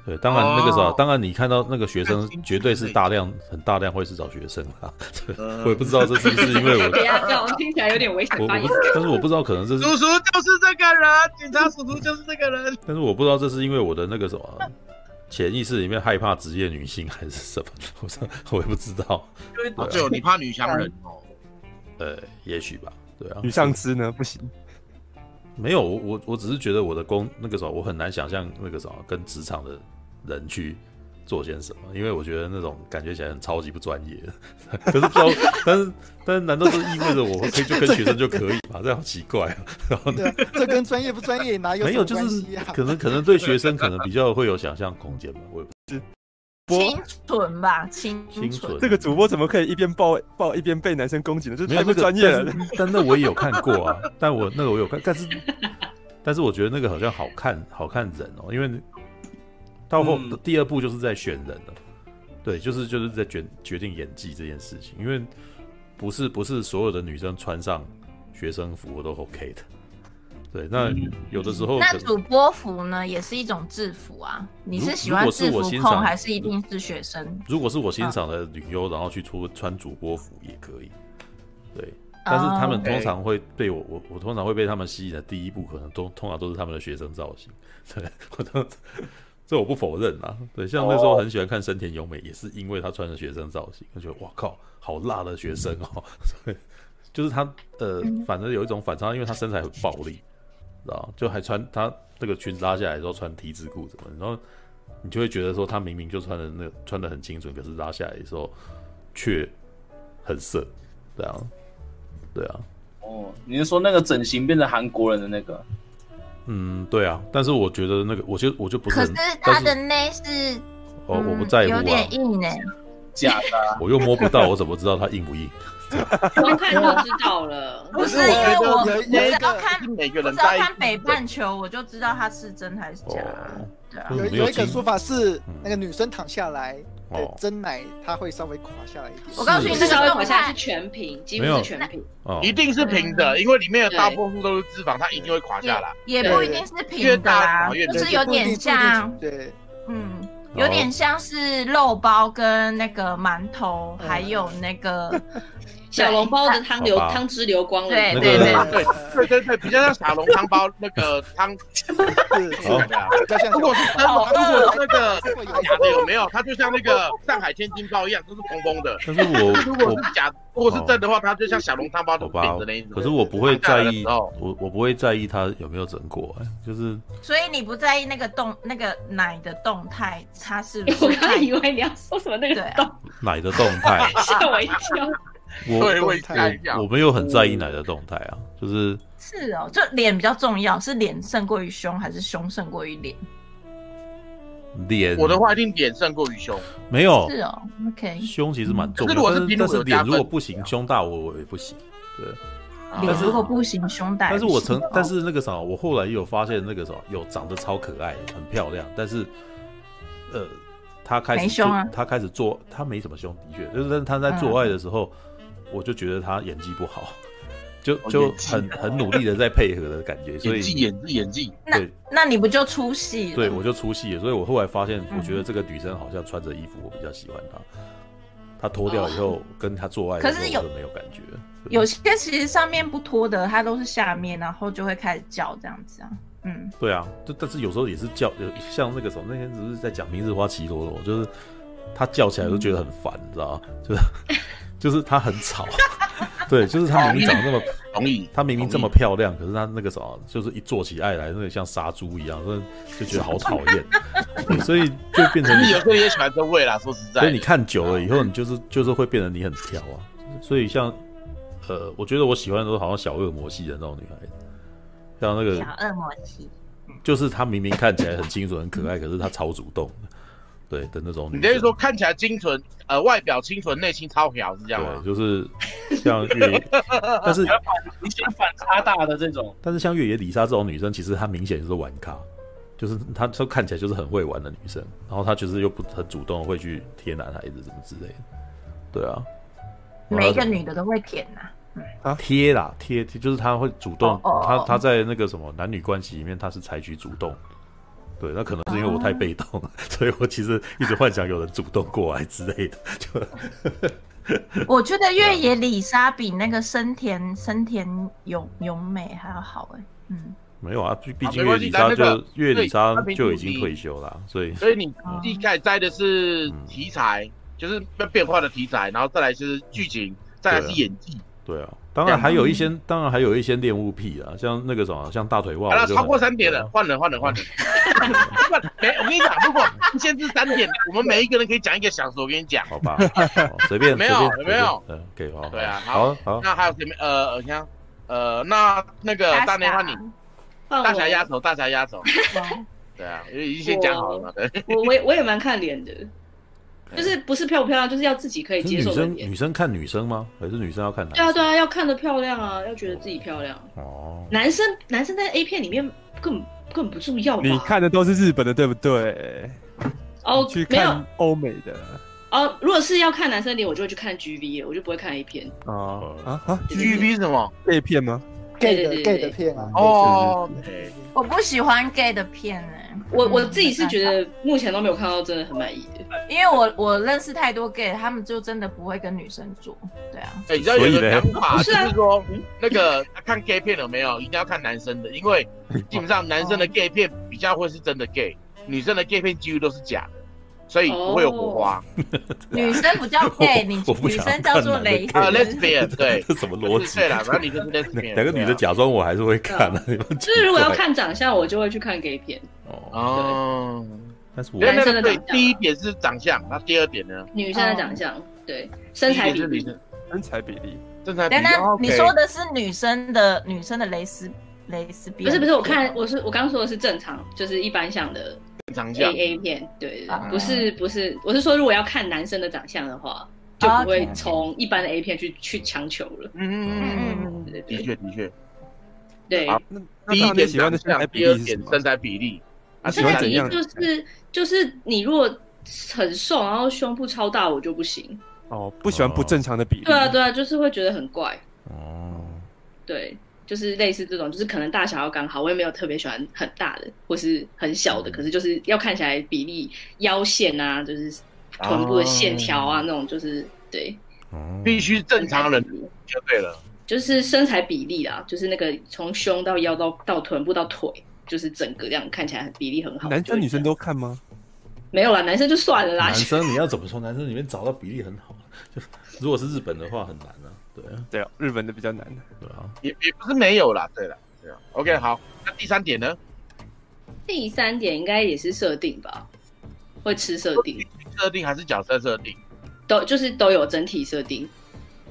[SPEAKER 1] 对，当然那个啥，
[SPEAKER 7] 哦
[SPEAKER 1] 当然你看到那个学
[SPEAKER 7] 看
[SPEAKER 1] 生
[SPEAKER 7] 心情
[SPEAKER 1] 绝对是大量很大量会是找学生啊，对
[SPEAKER 7] 嗯
[SPEAKER 1] [LAUGHS] 我也不知道这是不是因
[SPEAKER 6] [LAUGHS]
[SPEAKER 1] 为我
[SPEAKER 6] 等一下，这样听起来有点危险
[SPEAKER 1] 我我
[SPEAKER 6] 发言
[SPEAKER 1] 不。，但是我不知道可能这是，
[SPEAKER 7] 叔叔就是这个人，警察叔叔就是这
[SPEAKER 1] [LAUGHS]
[SPEAKER 7] 个人。
[SPEAKER 1] 但是我不知道这是因为我的那个什么。潜意识里面害怕职业女性还是什么，我说我也不知道， [LAUGHS]
[SPEAKER 5] 就是
[SPEAKER 1] 对啊
[SPEAKER 7] 对哦，你怕女强人哦？
[SPEAKER 1] 呃，也许吧，对啊，
[SPEAKER 2] 女上司呢不
[SPEAKER 6] [LAUGHS]
[SPEAKER 2] 行，
[SPEAKER 1] 没有，我我我只是觉得我的工那个时候我很难想象那个什么跟职场的人去做些什么，因为我觉得那种感觉起来很超级不专业。 [LAUGHS] 可是不知道， [LAUGHS] 但是但是难道这意味着我可以就跟学生就可以吗？ [LAUGHS] 这样好奇怪、啊。然后呢
[SPEAKER 3] 对啊，这跟专业不专业哪有
[SPEAKER 1] 没
[SPEAKER 3] 什
[SPEAKER 1] 有，
[SPEAKER 3] 么
[SPEAKER 1] 就
[SPEAKER 3] 关
[SPEAKER 1] 是
[SPEAKER 3] 系啊？
[SPEAKER 1] 可能可能对学生可能比较会有想象空间吧，我也不
[SPEAKER 4] 清纯吧，清
[SPEAKER 1] 清楚
[SPEAKER 4] 纯。。
[SPEAKER 2] 这个主播怎么可以一边抱抱一边被男生攻击呢？这
[SPEAKER 1] 没
[SPEAKER 2] 太
[SPEAKER 1] 有
[SPEAKER 2] 不
[SPEAKER 1] 那个
[SPEAKER 2] 专业了。
[SPEAKER 1] 但是但那我也有看过啊，但我那个我有看，但是但是我觉得那个好像好看好看人哦，因为到后、
[SPEAKER 5] 嗯
[SPEAKER 1] 第二部就是在选人了，对，就是就是在决决定演技这件事情，因为不是不是所有的女生穿上学生服我都 OK 的，对，那有的时候可
[SPEAKER 4] 那
[SPEAKER 1] 能
[SPEAKER 4] 主播服呢，也是一种制服啊。你是喜
[SPEAKER 1] 如
[SPEAKER 4] 欢
[SPEAKER 1] 果是
[SPEAKER 4] 制
[SPEAKER 1] 我
[SPEAKER 4] 服
[SPEAKER 1] 欣赏
[SPEAKER 4] 控，还是一定是学生？
[SPEAKER 1] 如果是我
[SPEAKER 4] 啊
[SPEAKER 1] 欣赏的女优，然后去出穿主播服也可以，对。但是他们通常会被我我我通常会被他们吸引的第一步，可能都通常都是他们的学生造型， [LAUGHS] 对我都这我不否认啊。对，像那时候很喜欢看深田由美，也是因为她穿的学生造型，我觉得哇靠，好辣的学生哦， [LAUGHS] 所以就是她呃，反正有一种反差，因为她身材很暴力，知道吗就还穿她那个裙子拉下来之后穿 T 字裤什么，然后你就会觉得说他明明就穿的那穿的很精准，可是拉下来的时候却很色，对啊，对啊，
[SPEAKER 5] 哦，你是说那个整形变成韩国人的那个？
[SPEAKER 1] 嗯，对啊。但是我觉得那个，我就我就不是
[SPEAKER 4] 可
[SPEAKER 1] 很，
[SPEAKER 4] 是
[SPEAKER 1] 但
[SPEAKER 4] 他的内是
[SPEAKER 1] 哦，我不
[SPEAKER 4] 嗯
[SPEAKER 1] 在乎
[SPEAKER 4] 有
[SPEAKER 1] 啊
[SPEAKER 4] 点，硬哎、
[SPEAKER 5] 假的啊、
[SPEAKER 1] 我又摸不到，我怎么知道它硬不硬？
[SPEAKER 6] 光看就知
[SPEAKER 1] [LAUGHS]
[SPEAKER 6] 道了。
[SPEAKER 4] 不是
[SPEAKER 3] 我
[SPEAKER 4] 因为
[SPEAKER 3] 觉得
[SPEAKER 4] 我我
[SPEAKER 3] 有
[SPEAKER 4] 只
[SPEAKER 3] 有一
[SPEAKER 4] 要
[SPEAKER 3] 个
[SPEAKER 4] 看
[SPEAKER 8] 每个
[SPEAKER 4] 我
[SPEAKER 8] 人
[SPEAKER 4] 只要
[SPEAKER 8] 在意
[SPEAKER 4] 看北半球，我就知道它是真还是 [LAUGHS] 假。对啊
[SPEAKER 1] 嗯，
[SPEAKER 3] 有
[SPEAKER 1] 没有
[SPEAKER 3] 有一个
[SPEAKER 1] 经
[SPEAKER 3] 说法是
[SPEAKER 1] 嗯，
[SPEAKER 3] 那个女生躺下来的
[SPEAKER 1] 哦
[SPEAKER 3] 真奶，它会稍微垮下来一
[SPEAKER 7] 哦
[SPEAKER 3] 点。
[SPEAKER 4] 我告诉你，
[SPEAKER 6] 至少会
[SPEAKER 4] 那个
[SPEAKER 6] 跑
[SPEAKER 4] 动
[SPEAKER 6] 下来
[SPEAKER 4] 态
[SPEAKER 6] 是全屏，几乎
[SPEAKER 1] 没有
[SPEAKER 6] 是全屏。
[SPEAKER 1] 哦，
[SPEAKER 7] 一定是平的，因为里面的大多数都是脂肪，它一定会垮下来。
[SPEAKER 4] 也
[SPEAKER 3] 对
[SPEAKER 4] 不一定是
[SPEAKER 7] 越
[SPEAKER 4] 平的
[SPEAKER 7] 大
[SPEAKER 4] 啦，
[SPEAKER 7] 越越
[SPEAKER 4] 就是
[SPEAKER 7] 大
[SPEAKER 4] 有
[SPEAKER 3] 不一定
[SPEAKER 4] 点像，
[SPEAKER 3] 不一定对，
[SPEAKER 4] 嗯，
[SPEAKER 1] 哦
[SPEAKER 4] 有点像是肉包跟那个馒头，
[SPEAKER 3] 嗯
[SPEAKER 4] 还有那个
[SPEAKER 6] 小笼包的汤流
[SPEAKER 1] 好吧
[SPEAKER 6] 汤汁流光了，
[SPEAKER 4] 对
[SPEAKER 1] 那个
[SPEAKER 4] 对对，
[SPEAKER 7] 对对对对，比较像小笼汤包那个汤
[SPEAKER 3] 是
[SPEAKER 1] [LAUGHS]
[SPEAKER 3] 是
[SPEAKER 1] 好
[SPEAKER 7] 对啊。
[SPEAKER 3] 比较像
[SPEAKER 7] 如果是真的，如果是那个
[SPEAKER 3] 如果有
[SPEAKER 7] 假的有没有？它就像那个上海天津包一样，都是蓬蓬的。
[SPEAKER 1] 但是我
[SPEAKER 7] [LAUGHS] 如果
[SPEAKER 1] 我
[SPEAKER 7] 是假，如果是真的话，它就像小笼汤包
[SPEAKER 1] 好
[SPEAKER 7] 的饼
[SPEAKER 1] 吧
[SPEAKER 7] 的那一，种。
[SPEAKER 1] 可是我不会在
[SPEAKER 7] 对对
[SPEAKER 1] 意，
[SPEAKER 7] 对
[SPEAKER 1] 我我不会在意它有没有整过、哎就是
[SPEAKER 4] 所以你不在意那个动那个奶的动态，它是不
[SPEAKER 6] [LAUGHS] 我
[SPEAKER 4] 是
[SPEAKER 6] 刚
[SPEAKER 4] 太
[SPEAKER 6] 刚以为你要说什么那个
[SPEAKER 4] 对啊
[SPEAKER 6] 洞，
[SPEAKER 1] 奶的动态，
[SPEAKER 6] 吓我一跳。
[SPEAKER 1] 我
[SPEAKER 7] 对，
[SPEAKER 1] 我
[SPEAKER 7] [LAUGHS] 我也吓一跳
[SPEAKER 1] 我。没有很在意奶的动态啊，就是
[SPEAKER 4] 是哦？就脸比较重要，是脸胜过于胸，还是胸胜过于脸？
[SPEAKER 1] 脸，
[SPEAKER 7] 我的话一定脸胜过于胸，
[SPEAKER 1] 没有
[SPEAKER 4] 是哦，OK，
[SPEAKER 1] 胸其实蛮重
[SPEAKER 7] 可
[SPEAKER 1] 要，
[SPEAKER 7] 是如果是
[SPEAKER 1] 但是
[SPEAKER 7] 平乳
[SPEAKER 1] 但是
[SPEAKER 7] 有
[SPEAKER 1] 脸
[SPEAKER 7] 加
[SPEAKER 1] 如果
[SPEAKER 7] 分
[SPEAKER 1] 不行，胸大我我也不行，对。
[SPEAKER 7] 啊
[SPEAKER 4] 脸如果不行，胸哦大也
[SPEAKER 1] 但是
[SPEAKER 4] 不行。
[SPEAKER 1] 我曾，但是那个什么，我后来也有发现那个什么，有长得超可爱，很漂亮，但是，呃，她开
[SPEAKER 4] 没
[SPEAKER 1] 始做，
[SPEAKER 4] 胸啊嗯
[SPEAKER 1] 她开始做，她没什么胸，的确，就是但是她在做爱的时候，我就觉得她演技不好，就
[SPEAKER 7] 哦
[SPEAKER 1] 就
[SPEAKER 7] 演技
[SPEAKER 1] 很很努力的在配合的感
[SPEAKER 7] [LAUGHS]
[SPEAKER 1] 觉，所
[SPEAKER 7] 演
[SPEAKER 1] 以
[SPEAKER 7] 技演技演技，
[SPEAKER 4] 那
[SPEAKER 1] 对
[SPEAKER 4] 那你不就出戏了？
[SPEAKER 1] 对我就出戏了，所以我后来发现，我觉
[SPEAKER 4] 嗯
[SPEAKER 1] 得这个女生好像穿着衣服，我比较喜欢她。她脱掉以后，跟她做爱的
[SPEAKER 4] 哦可
[SPEAKER 1] 时
[SPEAKER 4] 是
[SPEAKER 1] 候，我
[SPEAKER 4] 有
[SPEAKER 1] 就没有感觉。对
[SPEAKER 4] 有些其实上面不脱的，它都是下面，然后就会开始叫这样子啊。嗯，
[SPEAKER 1] 对啊，就但是有时候也是叫，有像那个什么，那天只是在讲《明日花绮罗罗》，就是他叫起来都觉得很烦，你知道吗？就是就是他很吵，对，就是他明明长得那么，
[SPEAKER 7] 同意。
[SPEAKER 1] 他明明这么漂亮，可是他那个什么，就是一做起爱来，那个像杀猪一样，真的就觉得好讨厌，对所以就变成
[SPEAKER 7] 其实有时候也喜欢这味啦，说实在的。
[SPEAKER 1] 所以你看久了以后，
[SPEAKER 7] 嗯
[SPEAKER 1] 你就是就是会变得你很挑啊。所以像呃，我觉得我喜欢的都是好像小恶魔系的那种女孩子，像那个
[SPEAKER 4] 小恶魔系，
[SPEAKER 1] 就是她明明看起来很清纯、很可
[SPEAKER 4] [LAUGHS]
[SPEAKER 1] 爱，可是她超主动的，对的那种
[SPEAKER 7] 你
[SPEAKER 1] 女
[SPEAKER 7] 等于
[SPEAKER 1] 生。
[SPEAKER 7] 说看起来清纯，呃，外表清纯，内心超婊，是这样
[SPEAKER 1] 对，
[SPEAKER 7] 吗？
[SPEAKER 1] 就是像越
[SPEAKER 7] [LAUGHS]
[SPEAKER 1] 野，但是
[SPEAKER 5] 你喜欢反差大的这种，
[SPEAKER 1] 但是像越野里莎这种女生，其实她明显就是玩咖，就是她她看起来就是很会玩的女生，然后她就是又不很主动，会去贴男孩子什么之类的，对啊，
[SPEAKER 4] 每一个女的都会舔啊呐、
[SPEAKER 1] 贴啦贴贴，就是他会主动
[SPEAKER 4] 哦，哦哦
[SPEAKER 1] 他他在那个什么男女关系里面，他是采取主动。对，那可能是因为我太被动， [LAUGHS] 所以我其实一直幻想有人主动过来之类的。就
[SPEAKER 4] 我觉得
[SPEAKER 1] 啊
[SPEAKER 4] 越野里莎比那个生田生田勇勇美还要好哎、
[SPEAKER 1] [LAUGHS]
[SPEAKER 4] 嗯，
[SPEAKER 1] 没有啊，毕毕竟月
[SPEAKER 7] 没关系
[SPEAKER 1] 里莎
[SPEAKER 7] 那
[SPEAKER 1] 就、
[SPEAKER 7] 那个
[SPEAKER 1] 月里莎
[SPEAKER 7] 对
[SPEAKER 1] 就已经退休啦，所以
[SPEAKER 7] 所以你一开始摘的是
[SPEAKER 1] 嗯
[SPEAKER 7] 题材，就是要变化的题材，然后再来就是剧情，
[SPEAKER 1] 啊
[SPEAKER 7] 再来是演技。
[SPEAKER 1] 对啊，当然还有一些，当然还有一些恋物癖啊，像那个什么，像大腿
[SPEAKER 7] 好
[SPEAKER 1] 袜，哦
[SPEAKER 7] 了，
[SPEAKER 1] 我就
[SPEAKER 7] 啊
[SPEAKER 1] 啊
[SPEAKER 7] 超过
[SPEAKER 1] 很
[SPEAKER 7] 三点了，换人，换人，换人。没，我跟你讲，如果限制三点，我们每一个人可以讲一个小时。我跟你讲，
[SPEAKER 1] 好吧，好随便
[SPEAKER 7] [LAUGHS] 没有
[SPEAKER 1] 随便
[SPEAKER 7] 没有
[SPEAKER 1] 嗯，可以好，
[SPEAKER 7] 对啊
[SPEAKER 1] 好好，
[SPEAKER 7] 那还有谁没？呃，我想，呃，那那个大内换你，
[SPEAKER 6] 换
[SPEAKER 7] 大
[SPEAKER 6] 我
[SPEAKER 7] 侠压轴，大侠
[SPEAKER 1] [LAUGHS]
[SPEAKER 7] 压轴。
[SPEAKER 4] 哇
[SPEAKER 7] 对啊，因为已经先讲好了嘛。对，
[SPEAKER 6] 我我也我也蛮看脸的，就是不是漂不漂亮，就是要自己可以
[SPEAKER 1] 是女
[SPEAKER 6] 接受的
[SPEAKER 1] 生
[SPEAKER 6] 脸
[SPEAKER 1] 女。生看女生吗？还是女生要看男
[SPEAKER 6] 对啊
[SPEAKER 1] 生？
[SPEAKER 6] 对啊，要看得漂亮啊，要觉得自己漂亮。
[SPEAKER 4] 啊
[SPEAKER 1] 哦，
[SPEAKER 6] 男生男生在 A 片里面根本根本不重要吧？
[SPEAKER 2] 你看的都是日本的，对不对？
[SPEAKER 6] 哦
[SPEAKER 2] 去，
[SPEAKER 6] 没有
[SPEAKER 2] 看欧美的
[SPEAKER 6] 哦，如果是要看男生脸，我就会去看 GV，我就不会看 A 片。
[SPEAKER 2] 啊啊啊！
[SPEAKER 7] GV 什么？
[SPEAKER 2] 被骗吗？
[SPEAKER 3] gay
[SPEAKER 6] 对对
[SPEAKER 3] 的
[SPEAKER 6] 对
[SPEAKER 3] gay 的片啊，
[SPEAKER 7] 哦，对
[SPEAKER 4] 我不喜欢 gay 的片哎、
[SPEAKER 6] 我
[SPEAKER 4] 嗯
[SPEAKER 6] 我自己是觉，得目前都没有看到真的很满意的。
[SPEAKER 4] 因为我我认识太多 gay，他们就真的不会跟女生做，对啊，
[SPEAKER 7] 哎，你知道有个讲法，
[SPEAKER 6] 不
[SPEAKER 7] 就是
[SPEAKER 6] 啊
[SPEAKER 7] 是说嗯那个看 gay 片有没有，一定要看男生的，因为基本上男生的 gay 片比较会是真的 gay，女生的 gay 片几乎都是假的，所以不会有火
[SPEAKER 2] [LAUGHS]
[SPEAKER 7] 花。
[SPEAKER 4] 女生不叫 gay，你
[SPEAKER 1] 啊 [LAUGHS] 我不
[SPEAKER 4] 女
[SPEAKER 1] 想
[SPEAKER 4] 生叫做
[SPEAKER 1] 看
[SPEAKER 4] 蕾
[SPEAKER 1] 男的 gay
[SPEAKER 7] 啊
[SPEAKER 2] [LAUGHS]
[SPEAKER 4] 丝，
[SPEAKER 7] ，lesbian，对，
[SPEAKER 1] [LAUGHS] 这什么逻辑？
[SPEAKER 7] 对啦，反正你就是 lesbian。啊
[SPEAKER 1] 两个
[SPEAKER 6] 啊
[SPEAKER 1] 女的假装我还是会看的、你们
[SPEAKER 6] 就是如果要
[SPEAKER 1] 奇怪
[SPEAKER 6] 看长相，我就会去看 gay 片。
[SPEAKER 1] 哦，
[SPEAKER 7] 哦，
[SPEAKER 1] 但是我
[SPEAKER 6] 对
[SPEAKER 7] 那
[SPEAKER 6] 男生
[SPEAKER 7] 个
[SPEAKER 6] 的啊
[SPEAKER 7] 对
[SPEAKER 6] 长，相
[SPEAKER 7] 第一点是长相，那第二点呢？
[SPEAKER 6] 女生的长相，对身材
[SPEAKER 7] 第
[SPEAKER 6] 比
[SPEAKER 7] 一点是
[SPEAKER 6] 例
[SPEAKER 7] 女，生
[SPEAKER 2] 身材比例，
[SPEAKER 7] 身材比
[SPEAKER 4] 等
[SPEAKER 7] 例。哦
[SPEAKER 4] 等，
[SPEAKER 7] OK
[SPEAKER 4] 你说的是女生的女生的蕾丝蕾丝边？
[SPEAKER 6] 不是不是，我看我是我刚说的是正常，就是一般想的
[SPEAKER 7] 长
[SPEAKER 6] A
[SPEAKER 7] 相
[SPEAKER 6] A 片，对对
[SPEAKER 4] 啊
[SPEAKER 6] 对，不是不是，我是说如果要看男生的长相的话，就不会从一般的 A 片去去强求了，
[SPEAKER 7] 嗯嗯嗯，
[SPEAKER 4] 嗯
[SPEAKER 6] 对
[SPEAKER 7] 的
[SPEAKER 6] 对
[SPEAKER 7] 确的确。
[SPEAKER 6] 对
[SPEAKER 7] 好。
[SPEAKER 2] 那那
[SPEAKER 7] 第一
[SPEAKER 2] 大内
[SPEAKER 7] 点
[SPEAKER 2] 喜欢
[SPEAKER 7] 长
[SPEAKER 2] 的身材
[SPEAKER 7] 相，
[SPEAKER 2] 比
[SPEAKER 7] 第二
[SPEAKER 2] 例是什
[SPEAKER 7] 点
[SPEAKER 2] 么
[SPEAKER 7] 身材比例。啊，
[SPEAKER 2] 喜
[SPEAKER 6] 身
[SPEAKER 2] 欢
[SPEAKER 6] 材
[SPEAKER 2] 怎
[SPEAKER 6] 比
[SPEAKER 2] 样
[SPEAKER 6] 例就是就是你如果很瘦，然后胸部超大，我就不行。
[SPEAKER 2] 哦，不喜欢不正常的比例。
[SPEAKER 6] 对啊对啊，就是会觉得很怪，
[SPEAKER 1] 哦，
[SPEAKER 6] 对，就是类似这种，就是可能大小要刚好，我也没有特别喜欢很大的或是很小的，可是就是要看起来比例、腰线啊，就是臀部的线条啊，那种就是对
[SPEAKER 1] 哦
[SPEAKER 7] 必须正常人
[SPEAKER 6] 身材比例
[SPEAKER 7] 就对了。
[SPEAKER 6] 就是身材比例啦，就是那个从胸到腰到到臀部到腿，就是整个这样看起来比例很
[SPEAKER 4] 啊
[SPEAKER 6] 好。
[SPEAKER 2] 男生女生
[SPEAKER 6] 都
[SPEAKER 2] 都看吗？
[SPEAKER 6] 没有啦，男生就算了啦
[SPEAKER 1] 男。生你要怎么从男生里面找到比例很好？就是如果是日本的话很难啊，对啊，
[SPEAKER 2] 对啊，日本的比较难。
[SPEAKER 1] 对啊，
[SPEAKER 7] 也也不是没有啦，对了，对啊。OK，好，
[SPEAKER 6] 嗯
[SPEAKER 7] 那第三点呢？
[SPEAKER 6] 第三点应该也是设定吧，会吃设定，
[SPEAKER 7] 设定还是角色设定
[SPEAKER 6] 都就是都有整体设定，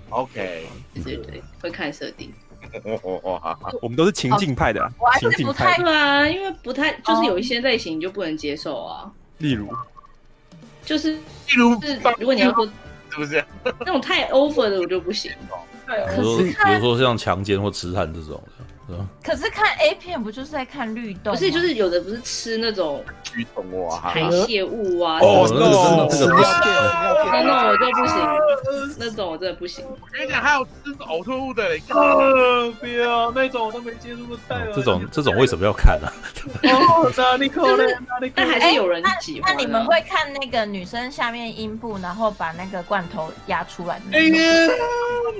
[SPEAKER 7] ？OK，
[SPEAKER 6] 对对对，会看设定。
[SPEAKER 7] 哇，
[SPEAKER 2] 我们都是情境派的啊
[SPEAKER 4] 我，还
[SPEAKER 2] 情
[SPEAKER 4] 是
[SPEAKER 2] 境
[SPEAKER 4] 不
[SPEAKER 2] 派
[SPEAKER 4] 太
[SPEAKER 2] 的。
[SPEAKER 6] 对啊，因为不太就是有一些类型你就不能接受啊，
[SPEAKER 2] 例如，
[SPEAKER 6] 就是
[SPEAKER 7] 例如
[SPEAKER 6] 是如果你要说
[SPEAKER 7] 是
[SPEAKER 6] [LAUGHS]
[SPEAKER 7] 不是？
[SPEAKER 6] 那种太 over 的我就不行，
[SPEAKER 1] 比
[SPEAKER 6] 可
[SPEAKER 1] 如说
[SPEAKER 6] 是
[SPEAKER 1] 比如说像强奸或痴汉这种的，是吧？
[SPEAKER 4] 可是看 A 片不就是在看律动
[SPEAKER 6] 不
[SPEAKER 4] 吗？
[SPEAKER 6] 是就是有的不是吃那种
[SPEAKER 7] 鱼虫哇，哈
[SPEAKER 6] 排泄物啊，
[SPEAKER 1] 哦
[SPEAKER 6] 什
[SPEAKER 1] 那
[SPEAKER 6] 么
[SPEAKER 1] 个真的这
[SPEAKER 2] 这
[SPEAKER 1] 个
[SPEAKER 3] 屎
[SPEAKER 1] 不
[SPEAKER 3] 尿
[SPEAKER 1] 行，
[SPEAKER 3] 片，屎尿
[SPEAKER 6] 哦那
[SPEAKER 3] 片，
[SPEAKER 6] 种我就不行，那种我真的不行。
[SPEAKER 7] 我跟你讲，还有吃呕吐物的嘞，
[SPEAKER 5] 呃，不要那种我都没接触过，带
[SPEAKER 1] 哦这种这种为什么要看啊？
[SPEAKER 5] 哦，哪里可能？哪里可
[SPEAKER 6] 但还
[SPEAKER 5] 能？
[SPEAKER 6] 是有人喜
[SPEAKER 4] 哎那
[SPEAKER 6] 欢、啊
[SPEAKER 4] 你们会看那个女生下面阴部，然后把那个罐头压出来的
[SPEAKER 7] 哎
[SPEAKER 4] 那种？
[SPEAKER 7] 呀，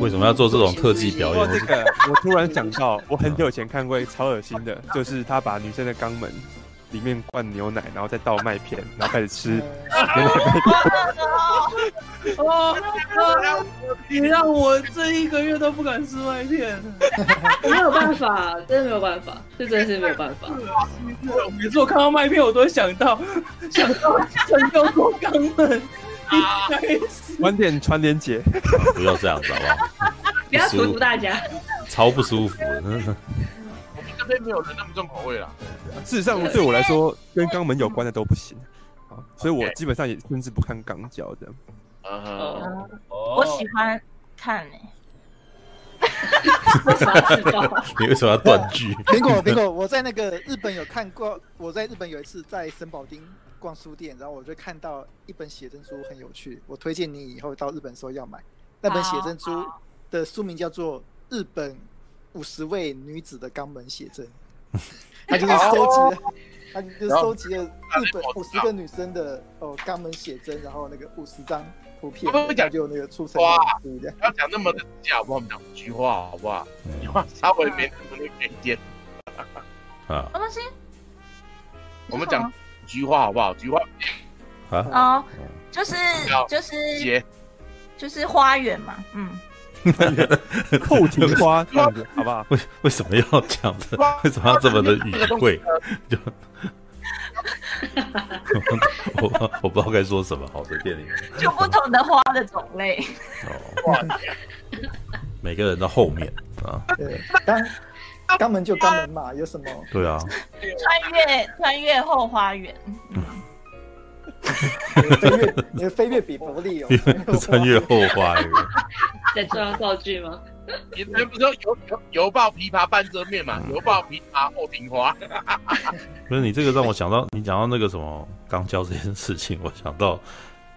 [SPEAKER 1] 为什么要做这种特技表
[SPEAKER 2] 哦，
[SPEAKER 1] 演？
[SPEAKER 2] [LAUGHS] 这个我突然想 [LAUGHS] 到，我很久以前看过一个超恶心的，就是他把女生的肛门里面灌牛奶，然后再倒麦片，然后开始吃 [LAUGHS] 牛奶麦片。
[SPEAKER 5] 哦，你让我这一个月都不敢吃外片，
[SPEAKER 6] 我 [LAUGHS] 没有办法，真的没有办法，这真的是没有办
[SPEAKER 4] [LAUGHS]
[SPEAKER 6] 法。
[SPEAKER 5] 我每次我看到麦片，我都会想到想到想到过肛门。一开始
[SPEAKER 2] 晚点传连结，
[SPEAKER 1] 不要这样子好不好？
[SPEAKER 6] 不要荼毒大家。
[SPEAKER 1] 超不舒服 [LAUGHS] 的，
[SPEAKER 7] 我们这边没有人那么重口味啦。
[SPEAKER 2] 事实上对我来说，跟肛门有关的都不行。好所以我基本上也甚至不看肛交这样。
[SPEAKER 7] 嗯哼，
[SPEAKER 6] 哦，
[SPEAKER 4] 我
[SPEAKER 5] 我
[SPEAKER 4] 喜欢看欸诶、
[SPEAKER 6] 为什么要自爆？
[SPEAKER 1] 你为什么要断句？
[SPEAKER 3] 苹
[SPEAKER 7] [LAUGHS]
[SPEAKER 3] 果苹果，我在那个日本有看过，我在日本有一次在森宝町逛书店，然后我就看到一本写真书很有趣，我推荐你以后到日本的时候要买。那本写真书
[SPEAKER 7] 啊
[SPEAKER 3] 的书名叫做《日本五十位女子的肛门写真》，
[SPEAKER 7] [LAUGHS]
[SPEAKER 3] 他就是收集
[SPEAKER 7] 哦
[SPEAKER 3] 了，他就是收集了日本五十个女生的哦肛门写真，然后那个五十张图片，
[SPEAKER 7] 他们会讲
[SPEAKER 3] 然后就有那个出生
[SPEAKER 7] 哇
[SPEAKER 3] 年月日这样。
[SPEAKER 7] 不要讲那么的假，好不好？我们讲菊花，好不好？
[SPEAKER 6] 嗯
[SPEAKER 7] 菊花稍微没那么给点。
[SPEAKER 1] 啊
[SPEAKER 4] 什么东西？
[SPEAKER 7] [LAUGHS] 我们讲菊花，好不好？菊花
[SPEAKER 1] 啊！
[SPEAKER 4] 哦，就是
[SPEAKER 7] 要
[SPEAKER 4] 就是
[SPEAKER 6] 嗯
[SPEAKER 7] 节，
[SPEAKER 4] 就是花园嘛，嗯，
[SPEAKER 2] 扣菊花这
[SPEAKER 7] [LAUGHS]
[SPEAKER 2] 样子，好不好？
[SPEAKER 1] 为为什么要这样子？为什么要这么的隐晦？就我我我不知道该说什么，好随便你们。
[SPEAKER 4] 就不同的花的种类。 [LAUGHS]
[SPEAKER 1] 哦，每个人的后面啊，
[SPEAKER 3] [LAUGHS] 对，肛肛门就肛门嘛，有什么？
[SPEAKER 1] 对啊，
[SPEAKER 4] 穿越穿越后花园，嗯
[SPEAKER 3] 你的 [LAUGHS] 飞跃，你的飞跃比伯利哦
[SPEAKER 1] 因，为穿越后花园，
[SPEAKER 6] 在中央造句吗？
[SPEAKER 7] 你们不是说油油油爆琵琶半遮面
[SPEAKER 6] 嗯
[SPEAKER 7] 嘛？油爆琵琶后庭花，
[SPEAKER 1] 不是你这个让我想到你讲到那个什么肛交这件事情，我想到，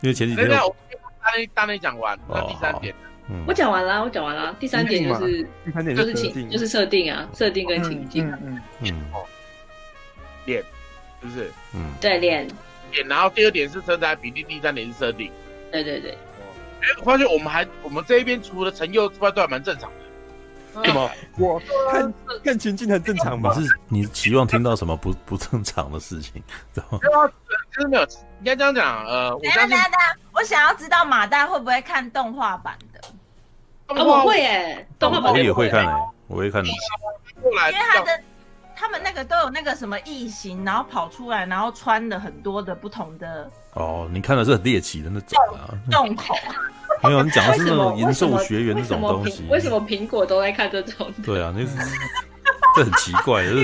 [SPEAKER 1] 因为前几
[SPEAKER 7] 等
[SPEAKER 1] 天
[SPEAKER 7] 等，
[SPEAKER 1] 有
[SPEAKER 7] 我跟大内大内讲完，那第三点，
[SPEAKER 1] 嗯
[SPEAKER 6] 我，讲完了，我讲完了。第三点就是
[SPEAKER 2] 第三点
[SPEAKER 6] 就是
[SPEAKER 2] 是设
[SPEAKER 6] 情
[SPEAKER 2] 定，
[SPEAKER 6] 就是设定啊，设定跟情境
[SPEAKER 3] 嗯。嗯
[SPEAKER 1] 嗯
[SPEAKER 7] 是不是？
[SPEAKER 1] 嗯，
[SPEAKER 6] 对练，
[SPEAKER 7] 点，然后第二点是身材比例，第三点是设定。
[SPEAKER 6] 对对对，
[SPEAKER 7] 哎，我发现我们还我们这一边除了陈佑之外，都还蛮正常的。
[SPEAKER 2] 什么？
[SPEAKER 3] 我
[SPEAKER 2] 看看情境很正常吧？
[SPEAKER 1] 你是你期望听到什么不不正常的事情，知道吗？
[SPEAKER 7] 就是没有，应该这样讲，呃，我
[SPEAKER 4] 等一下
[SPEAKER 7] 相
[SPEAKER 4] 等一
[SPEAKER 7] 信
[SPEAKER 4] 下等一下，我想要知道马蛋会不会看动画版的，
[SPEAKER 7] 动
[SPEAKER 6] 哦，
[SPEAKER 7] 画
[SPEAKER 6] 我会耶，动画版
[SPEAKER 1] 啊我也
[SPEAKER 6] 我
[SPEAKER 1] 会看诶、我也看，
[SPEAKER 7] 过来
[SPEAKER 4] 因为他的他们那个都有那个什么异形，然后跑出来，然后穿了很多的不同的
[SPEAKER 1] 哦，你看的是很猎奇的那种啊，
[SPEAKER 4] 洞口，
[SPEAKER 1] 没有，你讲的
[SPEAKER 6] [LAUGHS] 为
[SPEAKER 1] 是
[SPEAKER 6] 什
[SPEAKER 1] 那
[SPEAKER 6] 么
[SPEAKER 1] 种银兽
[SPEAKER 6] 为什么
[SPEAKER 1] 学员那
[SPEAKER 6] 为什
[SPEAKER 1] 种
[SPEAKER 6] 么
[SPEAKER 1] 东
[SPEAKER 6] 苹
[SPEAKER 1] 西。
[SPEAKER 6] 为什么苹果都在看这种？ [LAUGHS]
[SPEAKER 1] 对啊，那是 [LAUGHS] 这很奇怪，就是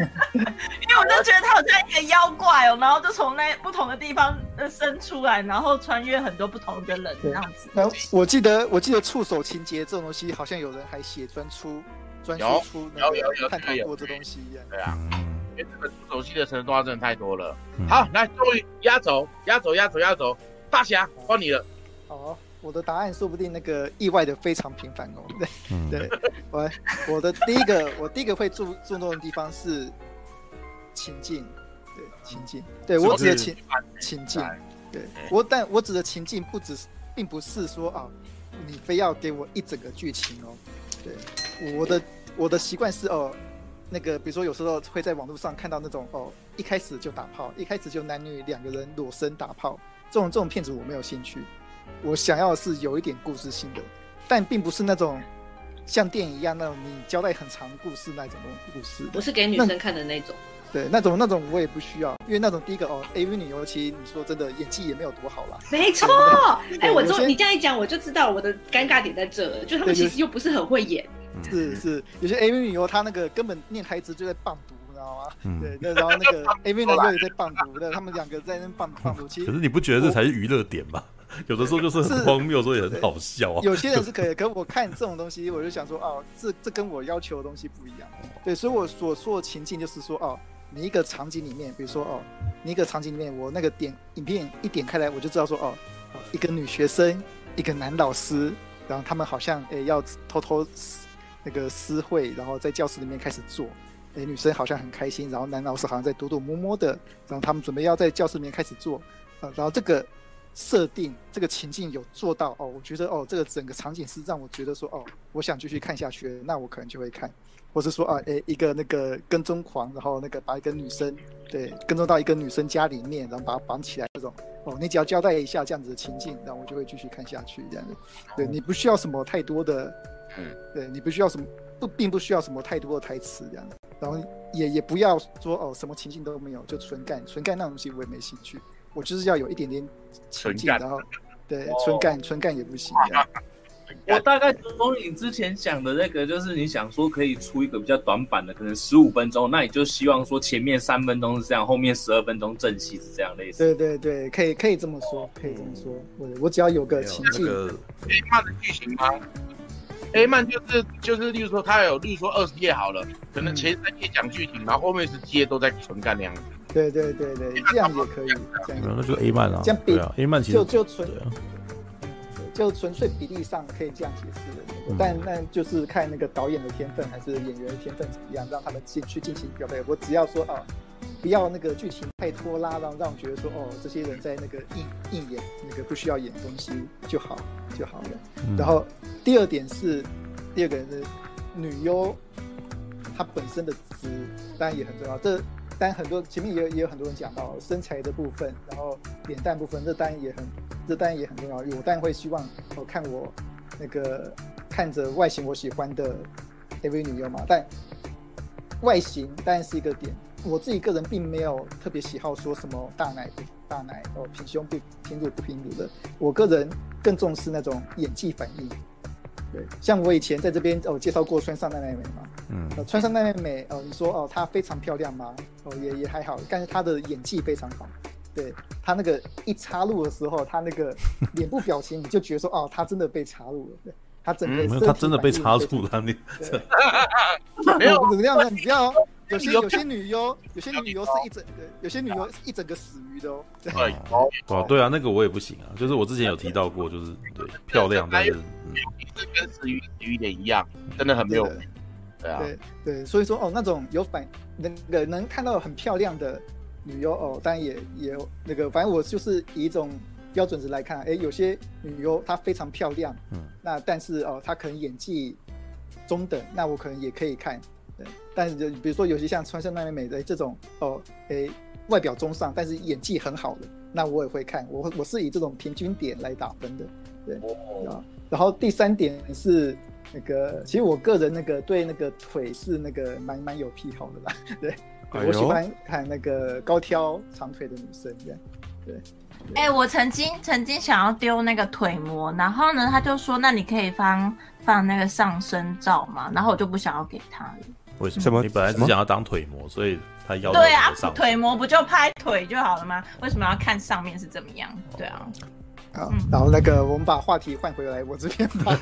[SPEAKER 4] [LAUGHS] 因为我就觉得他好像一个妖怪哦，然后就从那不同的地方呃伸出来，然后穿越很多不同的人这
[SPEAKER 3] 对
[SPEAKER 4] 样子。
[SPEAKER 3] 然后我记得我记得触手情节这种东西，好像有人还写专出专
[SPEAKER 7] 有
[SPEAKER 3] 书出那
[SPEAKER 7] 有有有
[SPEAKER 3] 个探讨
[SPEAKER 7] 有
[SPEAKER 3] 过这东西一样。
[SPEAKER 7] 对啊，
[SPEAKER 1] 嗯，
[SPEAKER 7] 因为这本书熟悉的神话真的太多了。
[SPEAKER 1] 嗯
[SPEAKER 7] 好，来，终于压轴，压轴，压轴，压轴，大侠换你了。
[SPEAKER 3] 哦，我的答案说不定那个意外的非常频繁哦。 [LAUGHS] 对
[SPEAKER 1] 嗯
[SPEAKER 3] 对，我我的第一个我第一个会注注重的地方是情境，对情境，对我指的情情境，对
[SPEAKER 7] 嗯
[SPEAKER 3] 我但我指的情境不只是，并不是说啊，你非要给我一整个剧情哦。对，我的我的习惯是哦，那个比如说有时候会在网络上看到那种哦，一开始就打炮，一开始就男女两个人裸身打炮，这种这种片子我没有兴趣。我想要的是有一点故事性的，但并不是那种像电影一样那种你交代很长故事那种故事。
[SPEAKER 6] 不是给女生看的那种。
[SPEAKER 3] 对，那种那种我也不需要，因为那种第一个哦，AV 女尤其你说真的演技也没有多好啦。
[SPEAKER 6] [LAUGHS] 没 [LAUGHS] 错，哎，
[SPEAKER 3] 对
[SPEAKER 6] 我
[SPEAKER 3] 有
[SPEAKER 6] 终
[SPEAKER 3] 些
[SPEAKER 6] 你这样一讲，我就知道我的尴尬点在这了，就他
[SPEAKER 3] 对
[SPEAKER 6] 们其
[SPEAKER 3] 有
[SPEAKER 6] 实又不是很会演，
[SPEAKER 3] 是是，有些 AV 女优她那个根本念台词就在棒读，你知道吗？
[SPEAKER 1] 嗯
[SPEAKER 3] 对，那然后那个 AV 男优也在棒读的，他们两个在那棒棒读，其
[SPEAKER 1] 可
[SPEAKER 3] 实
[SPEAKER 1] 是你不觉得这才是娱乐点吗？ [LAUGHS] 有的时候就是很
[SPEAKER 3] 是
[SPEAKER 1] 荒谬，有时候也很好笑啊。
[SPEAKER 3] 有些
[SPEAKER 1] [LAUGHS]
[SPEAKER 3] 人是可以，可我看这种东西，我就想说，哦，这这跟我要求的东西不一样。对，所以我所说的情境就是说，哦，你一个场景里面，比如说，哦，你一个场景里面，我那个点影片一点开来，我就知道说，哦，哦一个女学生，一个男老师，然后他们好像诶要偷偷私那个私会，然后在教室里面开始做。诶，女生好像很开心，然后男老师好像在躲躲摸摸的，然后他们准备要在教室里面开始做，啊，然后这个设定这个情境有做到哦，我觉得哦，这个整个场景是让我觉得说哦，我想继续看下去，那我可能就会看，或是说啊，诶，一个那个跟踪狂，然后那个把一个女生对跟踪到一个女生家里面，然后把她绑起来这种，哦，你只要交代一下这样子的情境，然后我就会继续看下去这样子。对你不需要什么太多的，
[SPEAKER 7] 哦嗯
[SPEAKER 3] 对你不需要什么不，并不需要什么太多的台词这样子，然后也也不要说哦什么情境都没有，就纯干纯干那种东西我也没兴趣。我就是要有一点点情
[SPEAKER 7] 纯
[SPEAKER 3] 境，
[SPEAKER 7] 干
[SPEAKER 3] 然后对
[SPEAKER 5] 哦
[SPEAKER 3] 纯干纯干也不行，这样
[SPEAKER 5] 我大概从你之前讲的那个，就是你想说可以出一个比较短版的，可能十五分钟，那你就希望说前面三分钟是这样，后面十二分钟正戏是这样类似。
[SPEAKER 3] 对对对，可以可以这么说，可以这么说。我我只要有个情
[SPEAKER 1] 那
[SPEAKER 3] 境，
[SPEAKER 1] 个
[SPEAKER 7] A 漫的剧情吗？A 漫就是就是，例如说他有，例如说二十页好了，可能前三页讲剧情，然后后面十七页都在纯干那样子。
[SPEAKER 3] 对对对对，这样也可以，这
[SPEAKER 1] 没有，
[SPEAKER 3] 样
[SPEAKER 1] 那就 A 曼啊
[SPEAKER 3] 这样，比
[SPEAKER 1] 对啊，A 曼其实
[SPEAKER 3] 就就纯
[SPEAKER 1] 对啊，
[SPEAKER 3] 就纯粹比例上可以这样解释的，
[SPEAKER 1] 嗯
[SPEAKER 3] 但但就是看那个导演的天分还是演员的天分怎么样，让他们进去进行表演。我只要说啊，不要那个剧情太拖拉，让让我觉得说哦，这些人在那个硬硬演那个不需要演东西就好就好了。
[SPEAKER 1] 嗯
[SPEAKER 3] 然后第二点是，第二个是女优她本身的值，当然也很重要。这当然很多前面也有也有很多人讲到身材的部分，然后脸蛋部分，这当然也很这当然也很重要。我当然会希望我看我那个看着外形我喜欢的 AV 女优嘛，但外形当然是一个点。我自己个人并没有特别喜好说什么大奶不大奶哦，平胸不平乳不平乳的。我个人更重视那种演技反应。对，像我以前在这边哦介绍过川上奈奈美嘛，
[SPEAKER 1] 嗯
[SPEAKER 3] 呃，川上奈奈美哦，你说哦她非常漂亮吗？哦也也还好，但是她的演技非常好。对她那个一插入的时候，她
[SPEAKER 1] [LAUGHS]
[SPEAKER 3] 那个脸部表情，你就觉得说哦，她真的被插入了。对她整个
[SPEAKER 1] 没有，
[SPEAKER 3] 身
[SPEAKER 1] 他
[SPEAKER 3] 体
[SPEAKER 1] 嗯真的
[SPEAKER 3] 反
[SPEAKER 1] 被
[SPEAKER 3] 应
[SPEAKER 1] 插
[SPEAKER 3] 非常
[SPEAKER 1] 入了，你
[SPEAKER 3] 对
[SPEAKER 7] 没
[SPEAKER 3] [LAUGHS]
[SPEAKER 7] 有，
[SPEAKER 3] 怎么样呢？你不要哦，有些有些女优，有些女优是一整，对有些女优是一整个死鱼的哦。 [LAUGHS] 对
[SPEAKER 7] 对，
[SPEAKER 1] 哦，对啊，那个我也不行啊，就是我之前有提到过，就是对漂亮，但是嗯
[SPEAKER 7] 这跟死鱼死鱼点一样，真的很没有
[SPEAKER 3] 真的。
[SPEAKER 7] 对啊，
[SPEAKER 3] 对对，所以说哦，那种有反那个能看到很漂亮的女优哦，当然也也有那个，反正我就是以一种标准值来看，哎，有些女优她非常漂亮，
[SPEAKER 1] 嗯，
[SPEAKER 3] 那但是哦，她可能演技中等，那我可能也可以看，对，但是就比如说有些像川上奈美美的这种哦，哎，外表中上，但是演技很好的，那我也会看，我
[SPEAKER 7] 哦
[SPEAKER 3] 会我是以这种平均点来打分的，对，啊，然后第三点是那个，其实我个人那个对那个腿是那个蛮蛮有癖好的啦，对，对
[SPEAKER 2] 哎呦
[SPEAKER 3] 我喜欢看那个高挑长腿的女生这样，对，
[SPEAKER 4] 哎、我曾经曾经想要丢那个腿模，然后呢，他就说：“那你可以放放那个上身照嘛。”然后我就不想要给他了。
[SPEAKER 1] 为什么？
[SPEAKER 2] 什么
[SPEAKER 1] 你本来只
[SPEAKER 2] 什么
[SPEAKER 1] 想要当腿模，所以他要求
[SPEAKER 4] 对啊
[SPEAKER 1] 你上，
[SPEAKER 4] 腿模不就拍腿就好了吗？为什么要看上面是怎么样？对
[SPEAKER 1] [LAUGHS]
[SPEAKER 4] 啊，
[SPEAKER 3] 好
[SPEAKER 4] 嗯，
[SPEAKER 3] 然后那个我们把话题换回来，我这边吧，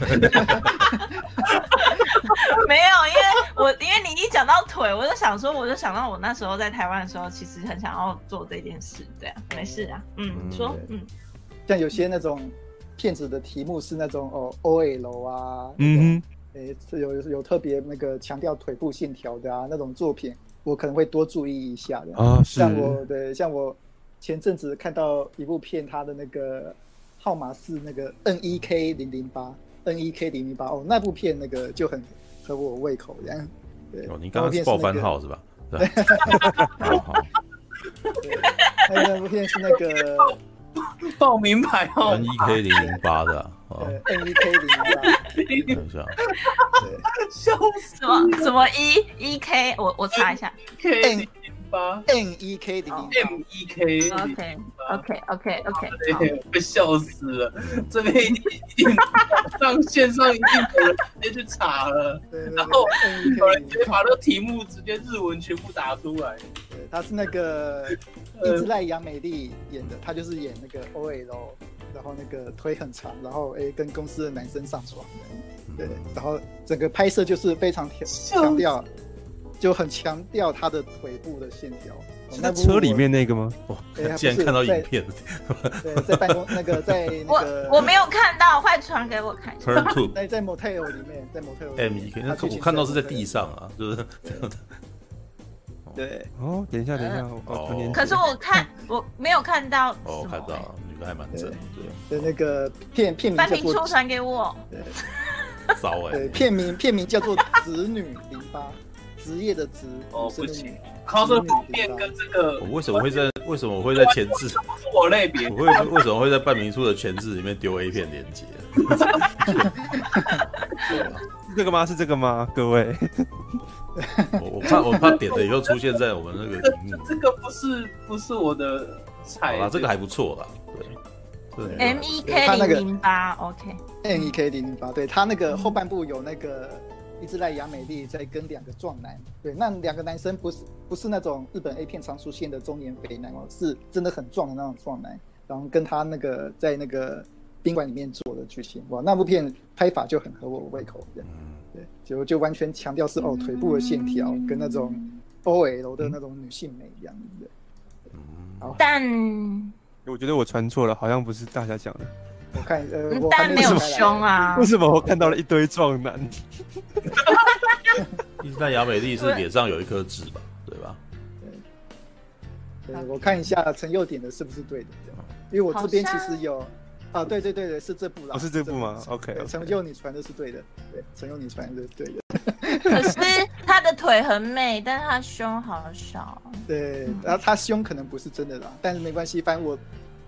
[SPEAKER 4] 没有，因为我因为你一讲到腿，我就想说，我就想到我那时候在台湾的时候，其实很想要做这件事。对啊，没事啊，嗯，
[SPEAKER 1] 嗯
[SPEAKER 4] 你说，嗯，
[SPEAKER 3] 像有些那种骗子的题目是那种哦 OL 啊，
[SPEAKER 2] 嗯哼，
[SPEAKER 3] 诶，是有有特别那个强调腿部线条的啊那种作品，我可能会多注意一下的。
[SPEAKER 2] 啊是
[SPEAKER 3] 像我对，像我前阵子看到一部片，它的那个号码是那个 N 一 K 零零八，N 一 K 零零八哦，那部片那个就很合我胃口这样。对，
[SPEAKER 1] 哦，你
[SPEAKER 3] 那
[SPEAKER 1] 刚刚是
[SPEAKER 3] 部片
[SPEAKER 1] 报
[SPEAKER 3] 那
[SPEAKER 1] 番
[SPEAKER 3] 个
[SPEAKER 1] 号
[SPEAKER 3] [LAUGHS]
[SPEAKER 1] 是吧？是吧好好，
[SPEAKER 3] 那那部片是那
[SPEAKER 5] [LAUGHS]
[SPEAKER 3] 个
[SPEAKER 5] 报名牌哦号
[SPEAKER 1] 跟
[SPEAKER 5] 码
[SPEAKER 1] E K 零零八的啊，哦
[SPEAKER 3] 呃 N 一 K 零零八，
[SPEAKER 1] 等一下，
[SPEAKER 5] 笑
[SPEAKER 4] 什么什么一 E K，我我查一下。
[SPEAKER 5] K 零八
[SPEAKER 3] N 一 K 零零
[SPEAKER 5] M 一 K
[SPEAKER 3] E
[SPEAKER 5] 零
[SPEAKER 4] OK
[SPEAKER 5] 八。
[SPEAKER 4] OK OK OK，好
[SPEAKER 5] 对，被笑死了！这边一定一定上线上一定有人直接去查了，
[SPEAKER 3] 对，
[SPEAKER 5] 然哦后
[SPEAKER 3] N 一
[SPEAKER 5] 有
[SPEAKER 3] K
[SPEAKER 5] 人
[SPEAKER 3] 零
[SPEAKER 5] 直接把那个题目直接日文全部打出来。
[SPEAKER 3] 对，他是那个
[SPEAKER 5] 呃
[SPEAKER 3] 伊之濑洋美丽演的，他就是演那个 OL，然后那个腿很长，然后诶跟公司的男生上床，
[SPEAKER 1] 嗯
[SPEAKER 3] 对，然后整个拍摄就是非常强强调，就很强调他的腿部的线条。
[SPEAKER 2] 是在车里面那个吗？
[SPEAKER 1] 哇
[SPEAKER 3] 哎呀，
[SPEAKER 1] 竟然
[SPEAKER 3] 不是
[SPEAKER 1] 看到
[SPEAKER 3] 在
[SPEAKER 1] 影片
[SPEAKER 3] 对，在办公哦那个在那个
[SPEAKER 4] [LAUGHS] 我我没有看到，快传给我看一下。
[SPEAKER 1] ，Turn
[SPEAKER 3] [LAUGHS]
[SPEAKER 1] Two
[SPEAKER 3] 在在 motel 里面，在 motel 里
[SPEAKER 1] M
[SPEAKER 3] 面
[SPEAKER 1] E K，
[SPEAKER 3] 他
[SPEAKER 1] 那
[SPEAKER 3] 剧
[SPEAKER 1] 我
[SPEAKER 3] 情
[SPEAKER 1] 看到是在地
[SPEAKER 3] motel
[SPEAKER 1] 上啊，就是
[SPEAKER 3] 对。
[SPEAKER 2] 哦，等一下，等一
[SPEAKER 3] 哎
[SPEAKER 2] 下，我
[SPEAKER 1] 哦
[SPEAKER 2] 我传链接
[SPEAKER 4] 可是我看我没有看到什
[SPEAKER 1] 哦
[SPEAKER 4] 么，欸
[SPEAKER 1] 看到了女的还蛮正，对，哦
[SPEAKER 3] 的那个片片名
[SPEAKER 4] 范
[SPEAKER 3] 叫
[SPEAKER 4] 明
[SPEAKER 3] 做
[SPEAKER 4] 初传给我，
[SPEAKER 1] 糟哎
[SPEAKER 3] 对，片名片名叫做《子女零八》，职业的职，
[SPEAKER 5] 哦，不
[SPEAKER 3] 女生的
[SPEAKER 5] 行
[SPEAKER 3] 女，
[SPEAKER 5] 靠这方面跟这个
[SPEAKER 1] 我为什么会在为什么我会在前置，
[SPEAKER 5] 我类别
[SPEAKER 1] 我，会为什么会在半明处的前置里面丢 A 片连接？
[SPEAKER 2] 是这个吗？是这个吗？各位， [LAUGHS]
[SPEAKER 1] 我我怕我怕点了以后出现在我们那个荧幕。
[SPEAKER 5] 这个不是不是我的
[SPEAKER 1] 好
[SPEAKER 5] 菜
[SPEAKER 1] 啦，。这个还不错啦，对，这个
[SPEAKER 4] M E K
[SPEAKER 3] 他那个
[SPEAKER 4] 零零八，OK，
[SPEAKER 3] N E K 零零八，对他那个后半部有那个一直在亚美丽在跟两个壮男，对，那两个男生不是不是那种日本 A 片常出现的中年肥男哦，是真的很壮的那种壮男，然后跟他那个在那个宾馆里面做的剧情，哇，那部片拍法就很合我胃口的，
[SPEAKER 1] 嗯
[SPEAKER 3] 对，就就完全强调是哦腿部的线条跟那种 O L 的那种女性美一样，对，
[SPEAKER 1] 嗯
[SPEAKER 3] 好
[SPEAKER 4] 但
[SPEAKER 2] 我觉得我传错了，好像不是大家讲的。
[SPEAKER 3] 我看呃我还
[SPEAKER 4] 但
[SPEAKER 3] 没
[SPEAKER 4] 没
[SPEAKER 3] 有
[SPEAKER 4] 有
[SPEAKER 3] 开来
[SPEAKER 4] 胸，啊 [LAUGHS]
[SPEAKER 2] 为，什么我看到了一堆壮男？
[SPEAKER 1] 伊斯兰雅美丽是脸上有一颗痣吧，对吧？
[SPEAKER 3] 对，我看一下陈佑点的是不是对的，因为我这边其实有啊，对对对对，是这部啦，
[SPEAKER 2] 哦是这部吗？OK，
[SPEAKER 3] 对
[SPEAKER 2] OK
[SPEAKER 3] 陈佑你传的是对的，对，陈佑你传的是对的，
[SPEAKER 4] 可是他的腿很美，但是他胸好少。
[SPEAKER 3] 对，然后他胸可能不是真的啦，但是没关系，反正我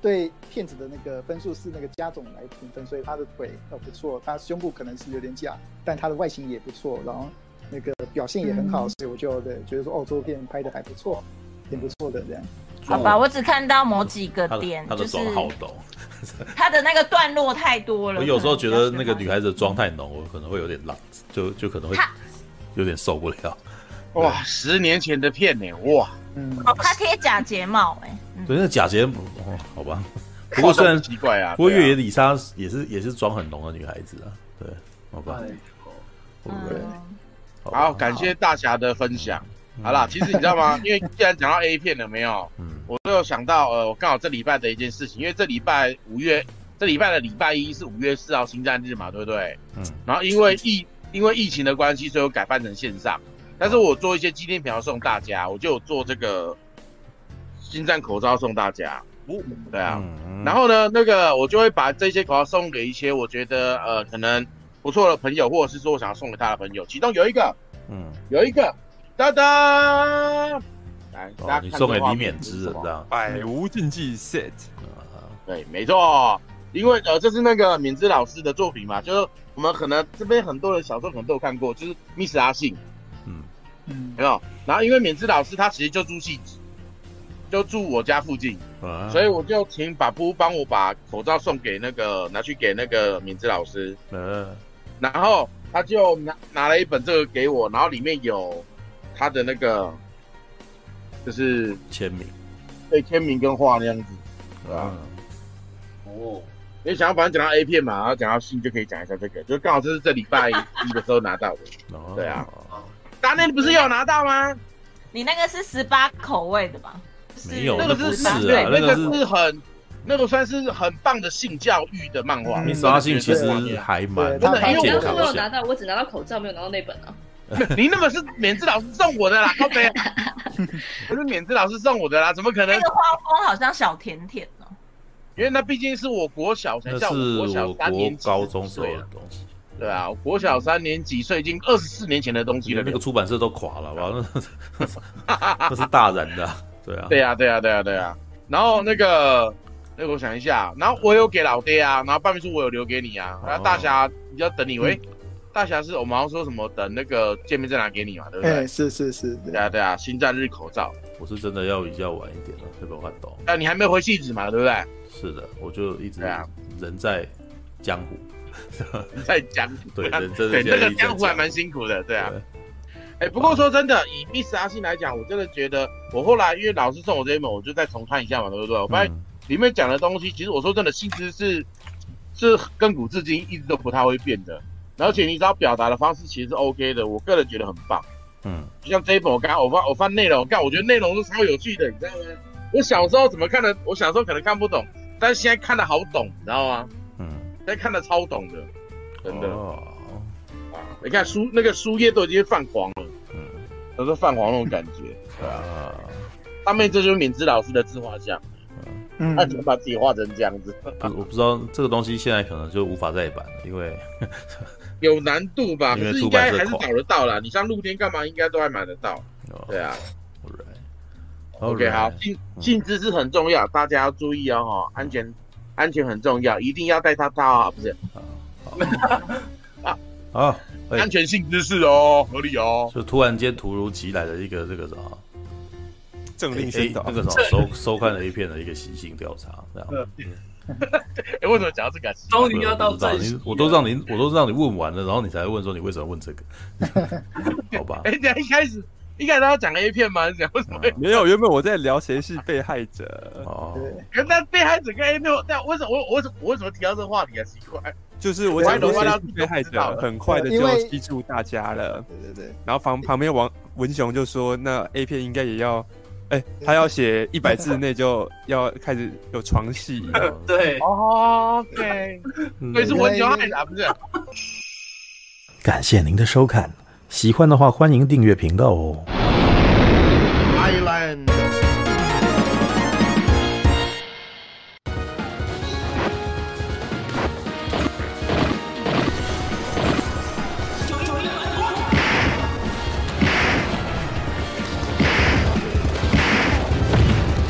[SPEAKER 3] 对骗子的那个分数是那个加总来评分，所以他的腿呃不错，他胸部可能是有点假，但他的外形也不错，然后那个表现也很好，所以我就对觉得说哦，这部片拍的还不错，挺不错的这样。
[SPEAKER 4] 好
[SPEAKER 3] 哦
[SPEAKER 4] 吧，我只看到某几个
[SPEAKER 1] 她的
[SPEAKER 4] 点，
[SPEAKER 1] 她
[SPEAKER 4] 就
[SPEAKER 1] 的
[SPEAKER 4] 是
[SPEAKER 1] 妆好浓，
[SPEAKER 4] 他的那个段落太多了。
[SPEAKER 1] 我有时候觉得那个女
[SPEAKER 4] 孩，
[SPEAKER 1] 孩子的妆太浓，我可能会有点浪，就就可能会
[SPEAKER 4] 她
[SPEAKER 1] 有点受不了。
[SPEAKER 7] 哇，十年前的片呢、哇，
[SPEAKER 3] 嗯，
[SPEAKER 4] 她贴假睫毛，哎，嗯
[SPEAKER 1] 对，那假睫毛，哦好
[SPEAKER 4] [LAUGHS]
[SPEAKER 1] 吧。不过虽然
[SPEAKER 7] 好奇怪啊，
[SPEAKER 1] 不过越野
[SPEAKER 7] 对啊
[SPEAKER 1] 里莎也是也是妆很浓的女孩子啊，对，好吧
[SPEAKER 5] 哎，
[SPEAKER 1] 会
[SPEAKER 4] 嗯
[SPEAKER 1] 不会？好吧
[SPEAKER 7] 好，感谢大侠的分享。好啦，，其实你知道吗？ [LAUGHS] 因为既然讲到 A 片了，没有，
[SPEAKER 1] 嗯
[SPEAKER 7] 我都有想到，呃，我刚好这礼拜的一件事情，因为这礼拜五月，这礼拜的礼拜一是五月四号星战日嘛，对不对？
[SPEAKER 1] 嗯
[SPEAKER 7] 然后因为疫因为疫情的关系，所以我改办成线上。但是
[SPEAKER 1] 嗯
[SPEAKER 7] 我做一些纪念品要送大家，我就有做这个星战口罩送大家。对啊，
[SPEAKER 1] 哦嗯
[SPEAKER 7] 然后呢，那个我就会把这些口罩送给一些我觉得呃可能不错的朋友，或者是说我想要送给他的朋友。其中有一个，
[SPEAKER 1] 嗯，
[SPEAKER 7] 有一个，哒哒，来，大家
[SPEAKER 1] 哦，你
[SPEAKER 7] 看
[SPEAKER 1] 送
[SPEAKER 7] 这
[SPEAKER 1] 给
[SPEAKER 7] 画
[SPEAKER 1] 李
[SPEAKER 7] 面
[SPEAKER 1] 冕
[SPEAKER 7] 是
[SPEAKER 1] 之
[SPEAKER 7] 什
[SPEAKER 1] 了
[SPEAKER 7] 么
[SPEAKER 1] 这样，
[SPEAKER 7] 哎
[SPEAKER 2] 百无禁忌 set，
[SPEAKER 1] 啊
[SPEAKER 7] 对，没错，因为呃，这是那个敏之老师的作品嘛，就是我们可能这边很多人小时候可能都有看过，就是《Miss 阿信》，
[SPEAKER 1] 嗯，
[SPEAKER 3] 嗯
[SPEAKER 7] 有没有？然后因为敏之老师他其实就住戏子，就住我家附近，
[SPEAKER 1] 啊，
[SPEAKER 7] 所以我就请把布帮我把口罩送给那个拿去给那个敏之老师，
[SPEAKER 1] 呃，
[SPEAKER 7] 然后他就拿拿了一本这个给我，然后里面有他的那个就是
[SPEAKER 1] 签名
[SPEAKER 7] 被签名跟画那样子，对啊
[SPEAKER 1] 啊，
[SPEAKER 5] 哦，
[SPEAKER 7] 因为想要反正讲到 A 片嘛，然后讲到性就可以讲一下这个，就刚好这是这礼拜一的时候拿到的。
[SPEAKER 1] 哦
[SPEAKER 7] 对啊，达内，你不是有拿到吗？
[SPEAKER 4] 你那个是十八口味的吧？就是
[SPEAKER 1] 没有
[SPEAKER 7] 那
[SPEAKER 1] 哦那
[SPEAKER 7] 个
[SPEAKER 1] 不
[SPEAKER 7] 是
[SPEAKER 1] 是
[SPEAKER 7] 对
[SPEAKER 1] 啊，
[SPEAKER 7] 那
[SPEAKER 1] 个
[SPEAKER 7] 是很，那个算是很棒的性教育的漫画。
[SPEAKER 3] 嗯
[SPEAKER 1] Miss 阿信其实
[SPEAKER 7] 对啊
[SPEAKER 1] 还蛮
[SPEAKER 3] 对他
[SPEAKER 6] 哎，
[SPEAKER 1] 蛮
[SPEAKER 6] 我
[SPEAKER 1] 健
[SPEAKER 6] 刚
[SPEAKER 1] 康
[SPEAKER 6] 刚我有拿
[SPEAKER 1] 的，
[SPEAKER 6] 到，我只拿到口罩，没有拿到那本啊。
[SPEAKER 4] [LAUGHS]
[SPEAKER 7] 你那本是免治老师送我的啦，靠北，不是免治老师送我的啦，怎么可能
[SPEAKER 4] 那？个画风好像小甜甜哦，
[SPEAKER 7] 因为那毕竟是我国小才
[SPEAKER 1] 那
[SPEAKER 7] 像
[SPEAKER 1] 是
[SPEAKER 7] 我国小
[SPEAKER 1] 我
[SPEAKER 7] 三
[SPEAKER 1] 国
[SPEAKER 7] 年级
[SPEAKER 1] 高中时候
[SPEAKER 7] 岁
[SPEAKER 1] 的
[SPEAKER 7] 了，
[SPEAKER 1] 东西，
[SPEAKER 7] 对啊，我国小三年级，所以已经二十四年前的东西了。
[SPEAKER 1] 那个出版社都垮
[SPEAKER 7] [LAUGHS]
[SPEAKER 1] 了，完了，那是大人的啊，对啊，
[SPEAKER 7] 对啊，对啊，对啊，对啊。然后那个，那个我想一下，然后我有给老爹啊，然后半秘书我有留给你啊，然后大侠你要等你，喂，
[SPEAKER 1] 哦
[SPEAKER 7] 大侠是我们好像说什么等那个见面再拿给你嘛，对不
[SPEAKER 3] 哎、
[SPEAKER 7] 对？
[SPEAKER 3] 是是是，对
[SPEAKER 7] 对啊，对啊，新战日口罩，
[SPEAKER 1] 我是真的要比较晚一点了，才把换到。
[SPEAKER 7] 但你还没回戏子嘛，对不对？
[SPEAKER 1] [LAUGHS] 是的，我就一直
[SPEAKER 7] 对啊
[SPEAKER 1] 人在江湖，
[SPEAKER 7] 在江湖， [LAUGHS]
[SPEAKER 1] 对人真的
[SPEAKER 7] 对，
[SPEAKER 1] 现在
[SPEAKER 7] 那个
[SPEAKER 1] 一直在
[SPEAKER 7] 江湖还蛮辛苦的，对啊。
[SPEAKER 1] 对
[SPEAKER 7] 哎，不过说真的，以 Miss 阿信来讲，我真的觉得，我后来因为老师送我这一本，我就再重看一下嘛，对不对？我发现
[SPEAKER 1] 嗯
[SPEAKER 7] 里面讲的东西，其实我说真的，性质是是亘古至今一直都不太会变的。而且你只要表达的方式其实是 OK 的，我个人觉得很棒。
[SPEAKER 1] 嗯，
[SPEAKER 7] 就像这一本，我刚刚我翻我翻内容，看我觉得内容是超有趣的，你知道吗？我小时候怎么看的？我小时候可能看不懂，但是现在看的好懂，你知道吗？
[SPEAKER 1] 嗯，
[SPEAKER 7] 现在看的超懂的，真的、
[SPEAKER 1] 哦，
[SPEAKER 7] 啊！你看书那个书页都已经泛黄了，
[SPEAKER 1] 嗯
[SPEAKER 7] 都是泛黄那种感
[SPEAKER 1] [LAUGHS]
[SPEAKER 7] 觉。
[SPEAKER 1] 啊，
[SPEAKER 7] 上面这就是敏之老师的自画像，
[SPEAKER 3] 嗯
[SPEAKER 7] 他，怎么把自己画成这样子？
[SPEAKER 1] 不是我不知道这个东西现在可能就无法再版了，因为
[SPEAKER 7] [LAUGHS] 有难度吧？
[SPEAKER 1] 因
[SPEAKER 7] 可
[SPEAKER 1] 为
[SPEAKER 7] 是
[SPEAKER 1] 出
[SPEAKER 7] 应
[SPEAKER 1] 版
[SPEAKER 7] 该
[SPEAKER 1] 社
[SPEAKER 7] 还是
[SPEAKER 1] 狂
[SPEAKER 7] 找得到啦。你像露天干嘛，应该都还买得到。
[SPEAKER 1] 哦
[SPEAKER 7] 对啊
[SPEAKER 1] ，alright，
[SPEAKER 7] ，OK，好，
[SPEAKER 1] alright，
[SPEAKER 7] 性
[SPEAKER 1] 嗯
[SPEAKER 7] 性知识很重要，大家要注意哦，哈，安全安全很重要，一定要带它套啊，不是 [LAUGHS]
[SPEAKER 1] 好，好，哎
[SPEAKER 7] 安全性知识哦，合理
[SPEAKER 1] [LAUGHS]
[SPEAKER 7] 哦。
[SPEAKER 1] 就突然间突如其来的一个这个什么
[SPEAKER 2] 政
[SPEAKER 1] A
[SPEAKER 2] 令宣
[SPEAKER 1] A
[SPEAKER 2] 导
[SPEAKER 1] 哎那。个什么收收看 A 片的一个习性调查，这样。
[SPEAKER 7] 哎，为什么讲到这个啊？ [LAUGHS]
[SPEAKER 5] 终于要到
[SPEAKER 1] 不知道
[SPEAKER 5] 正
[SPEAKER 1] 你
[SPEAKER 5] 题了，
[SPEAKER 1] 我都让你，我都让你问完了，然后你才问说你为什么问这
[SPEAKER 5] [LAUGHS]
[SPEAKER 1] 个，好吧？
[SPEAKER 7] 哎，等一下一开始一开始他要讲 A 片吗？讲为什么
[SPEAKER 1] 嗯
[SPEAKER 7] 会？
[SPEAKER 2] 没有，原本我在聊谁是被害者，
[SPEAKER 1] 哦，
[SPEAKER 3] 对，
[SPEAKER 7] [LAUGHS] 可是那被害者跟 A 片，那为什么我我我我为什么提到这个话题啊？奇怪，
[SPEAKER 2] 就是我讲
[SPEAKER 7] 我
[SPEAKER 2] 说
[SPEAKER 7] 还以为
[SPEAKER 2] 谁
[SPEAKER 7] 大家
[SPEAKER 2] 是被害
[SPEAKER 7] 都知道
[SPEAKER 2] 者，
[SPEAKER 7] 了
[SPEAKER 2] 很快的
[SPEAKER 3] 因为
[SPEAKER 2] 就记住大家了。
[SPEAKER 3] 对对对，
[SPEAKER 2] 然后旁旁边王文雄就说：“那 A 片应该也要，哎、他要写一百字内就要开始有床戏。
[SPEAKER 5] 对，
[SPEAKER 7] 哦，OK，
[SPEAKER 1] 嗯
[SPEAKER 7] 所以是文雄害的啊，不是？
[SPEAKER 8] 感谢您的收看，喜欢的话欢迎订阅频道哦。
[SPEAKER 9] Island.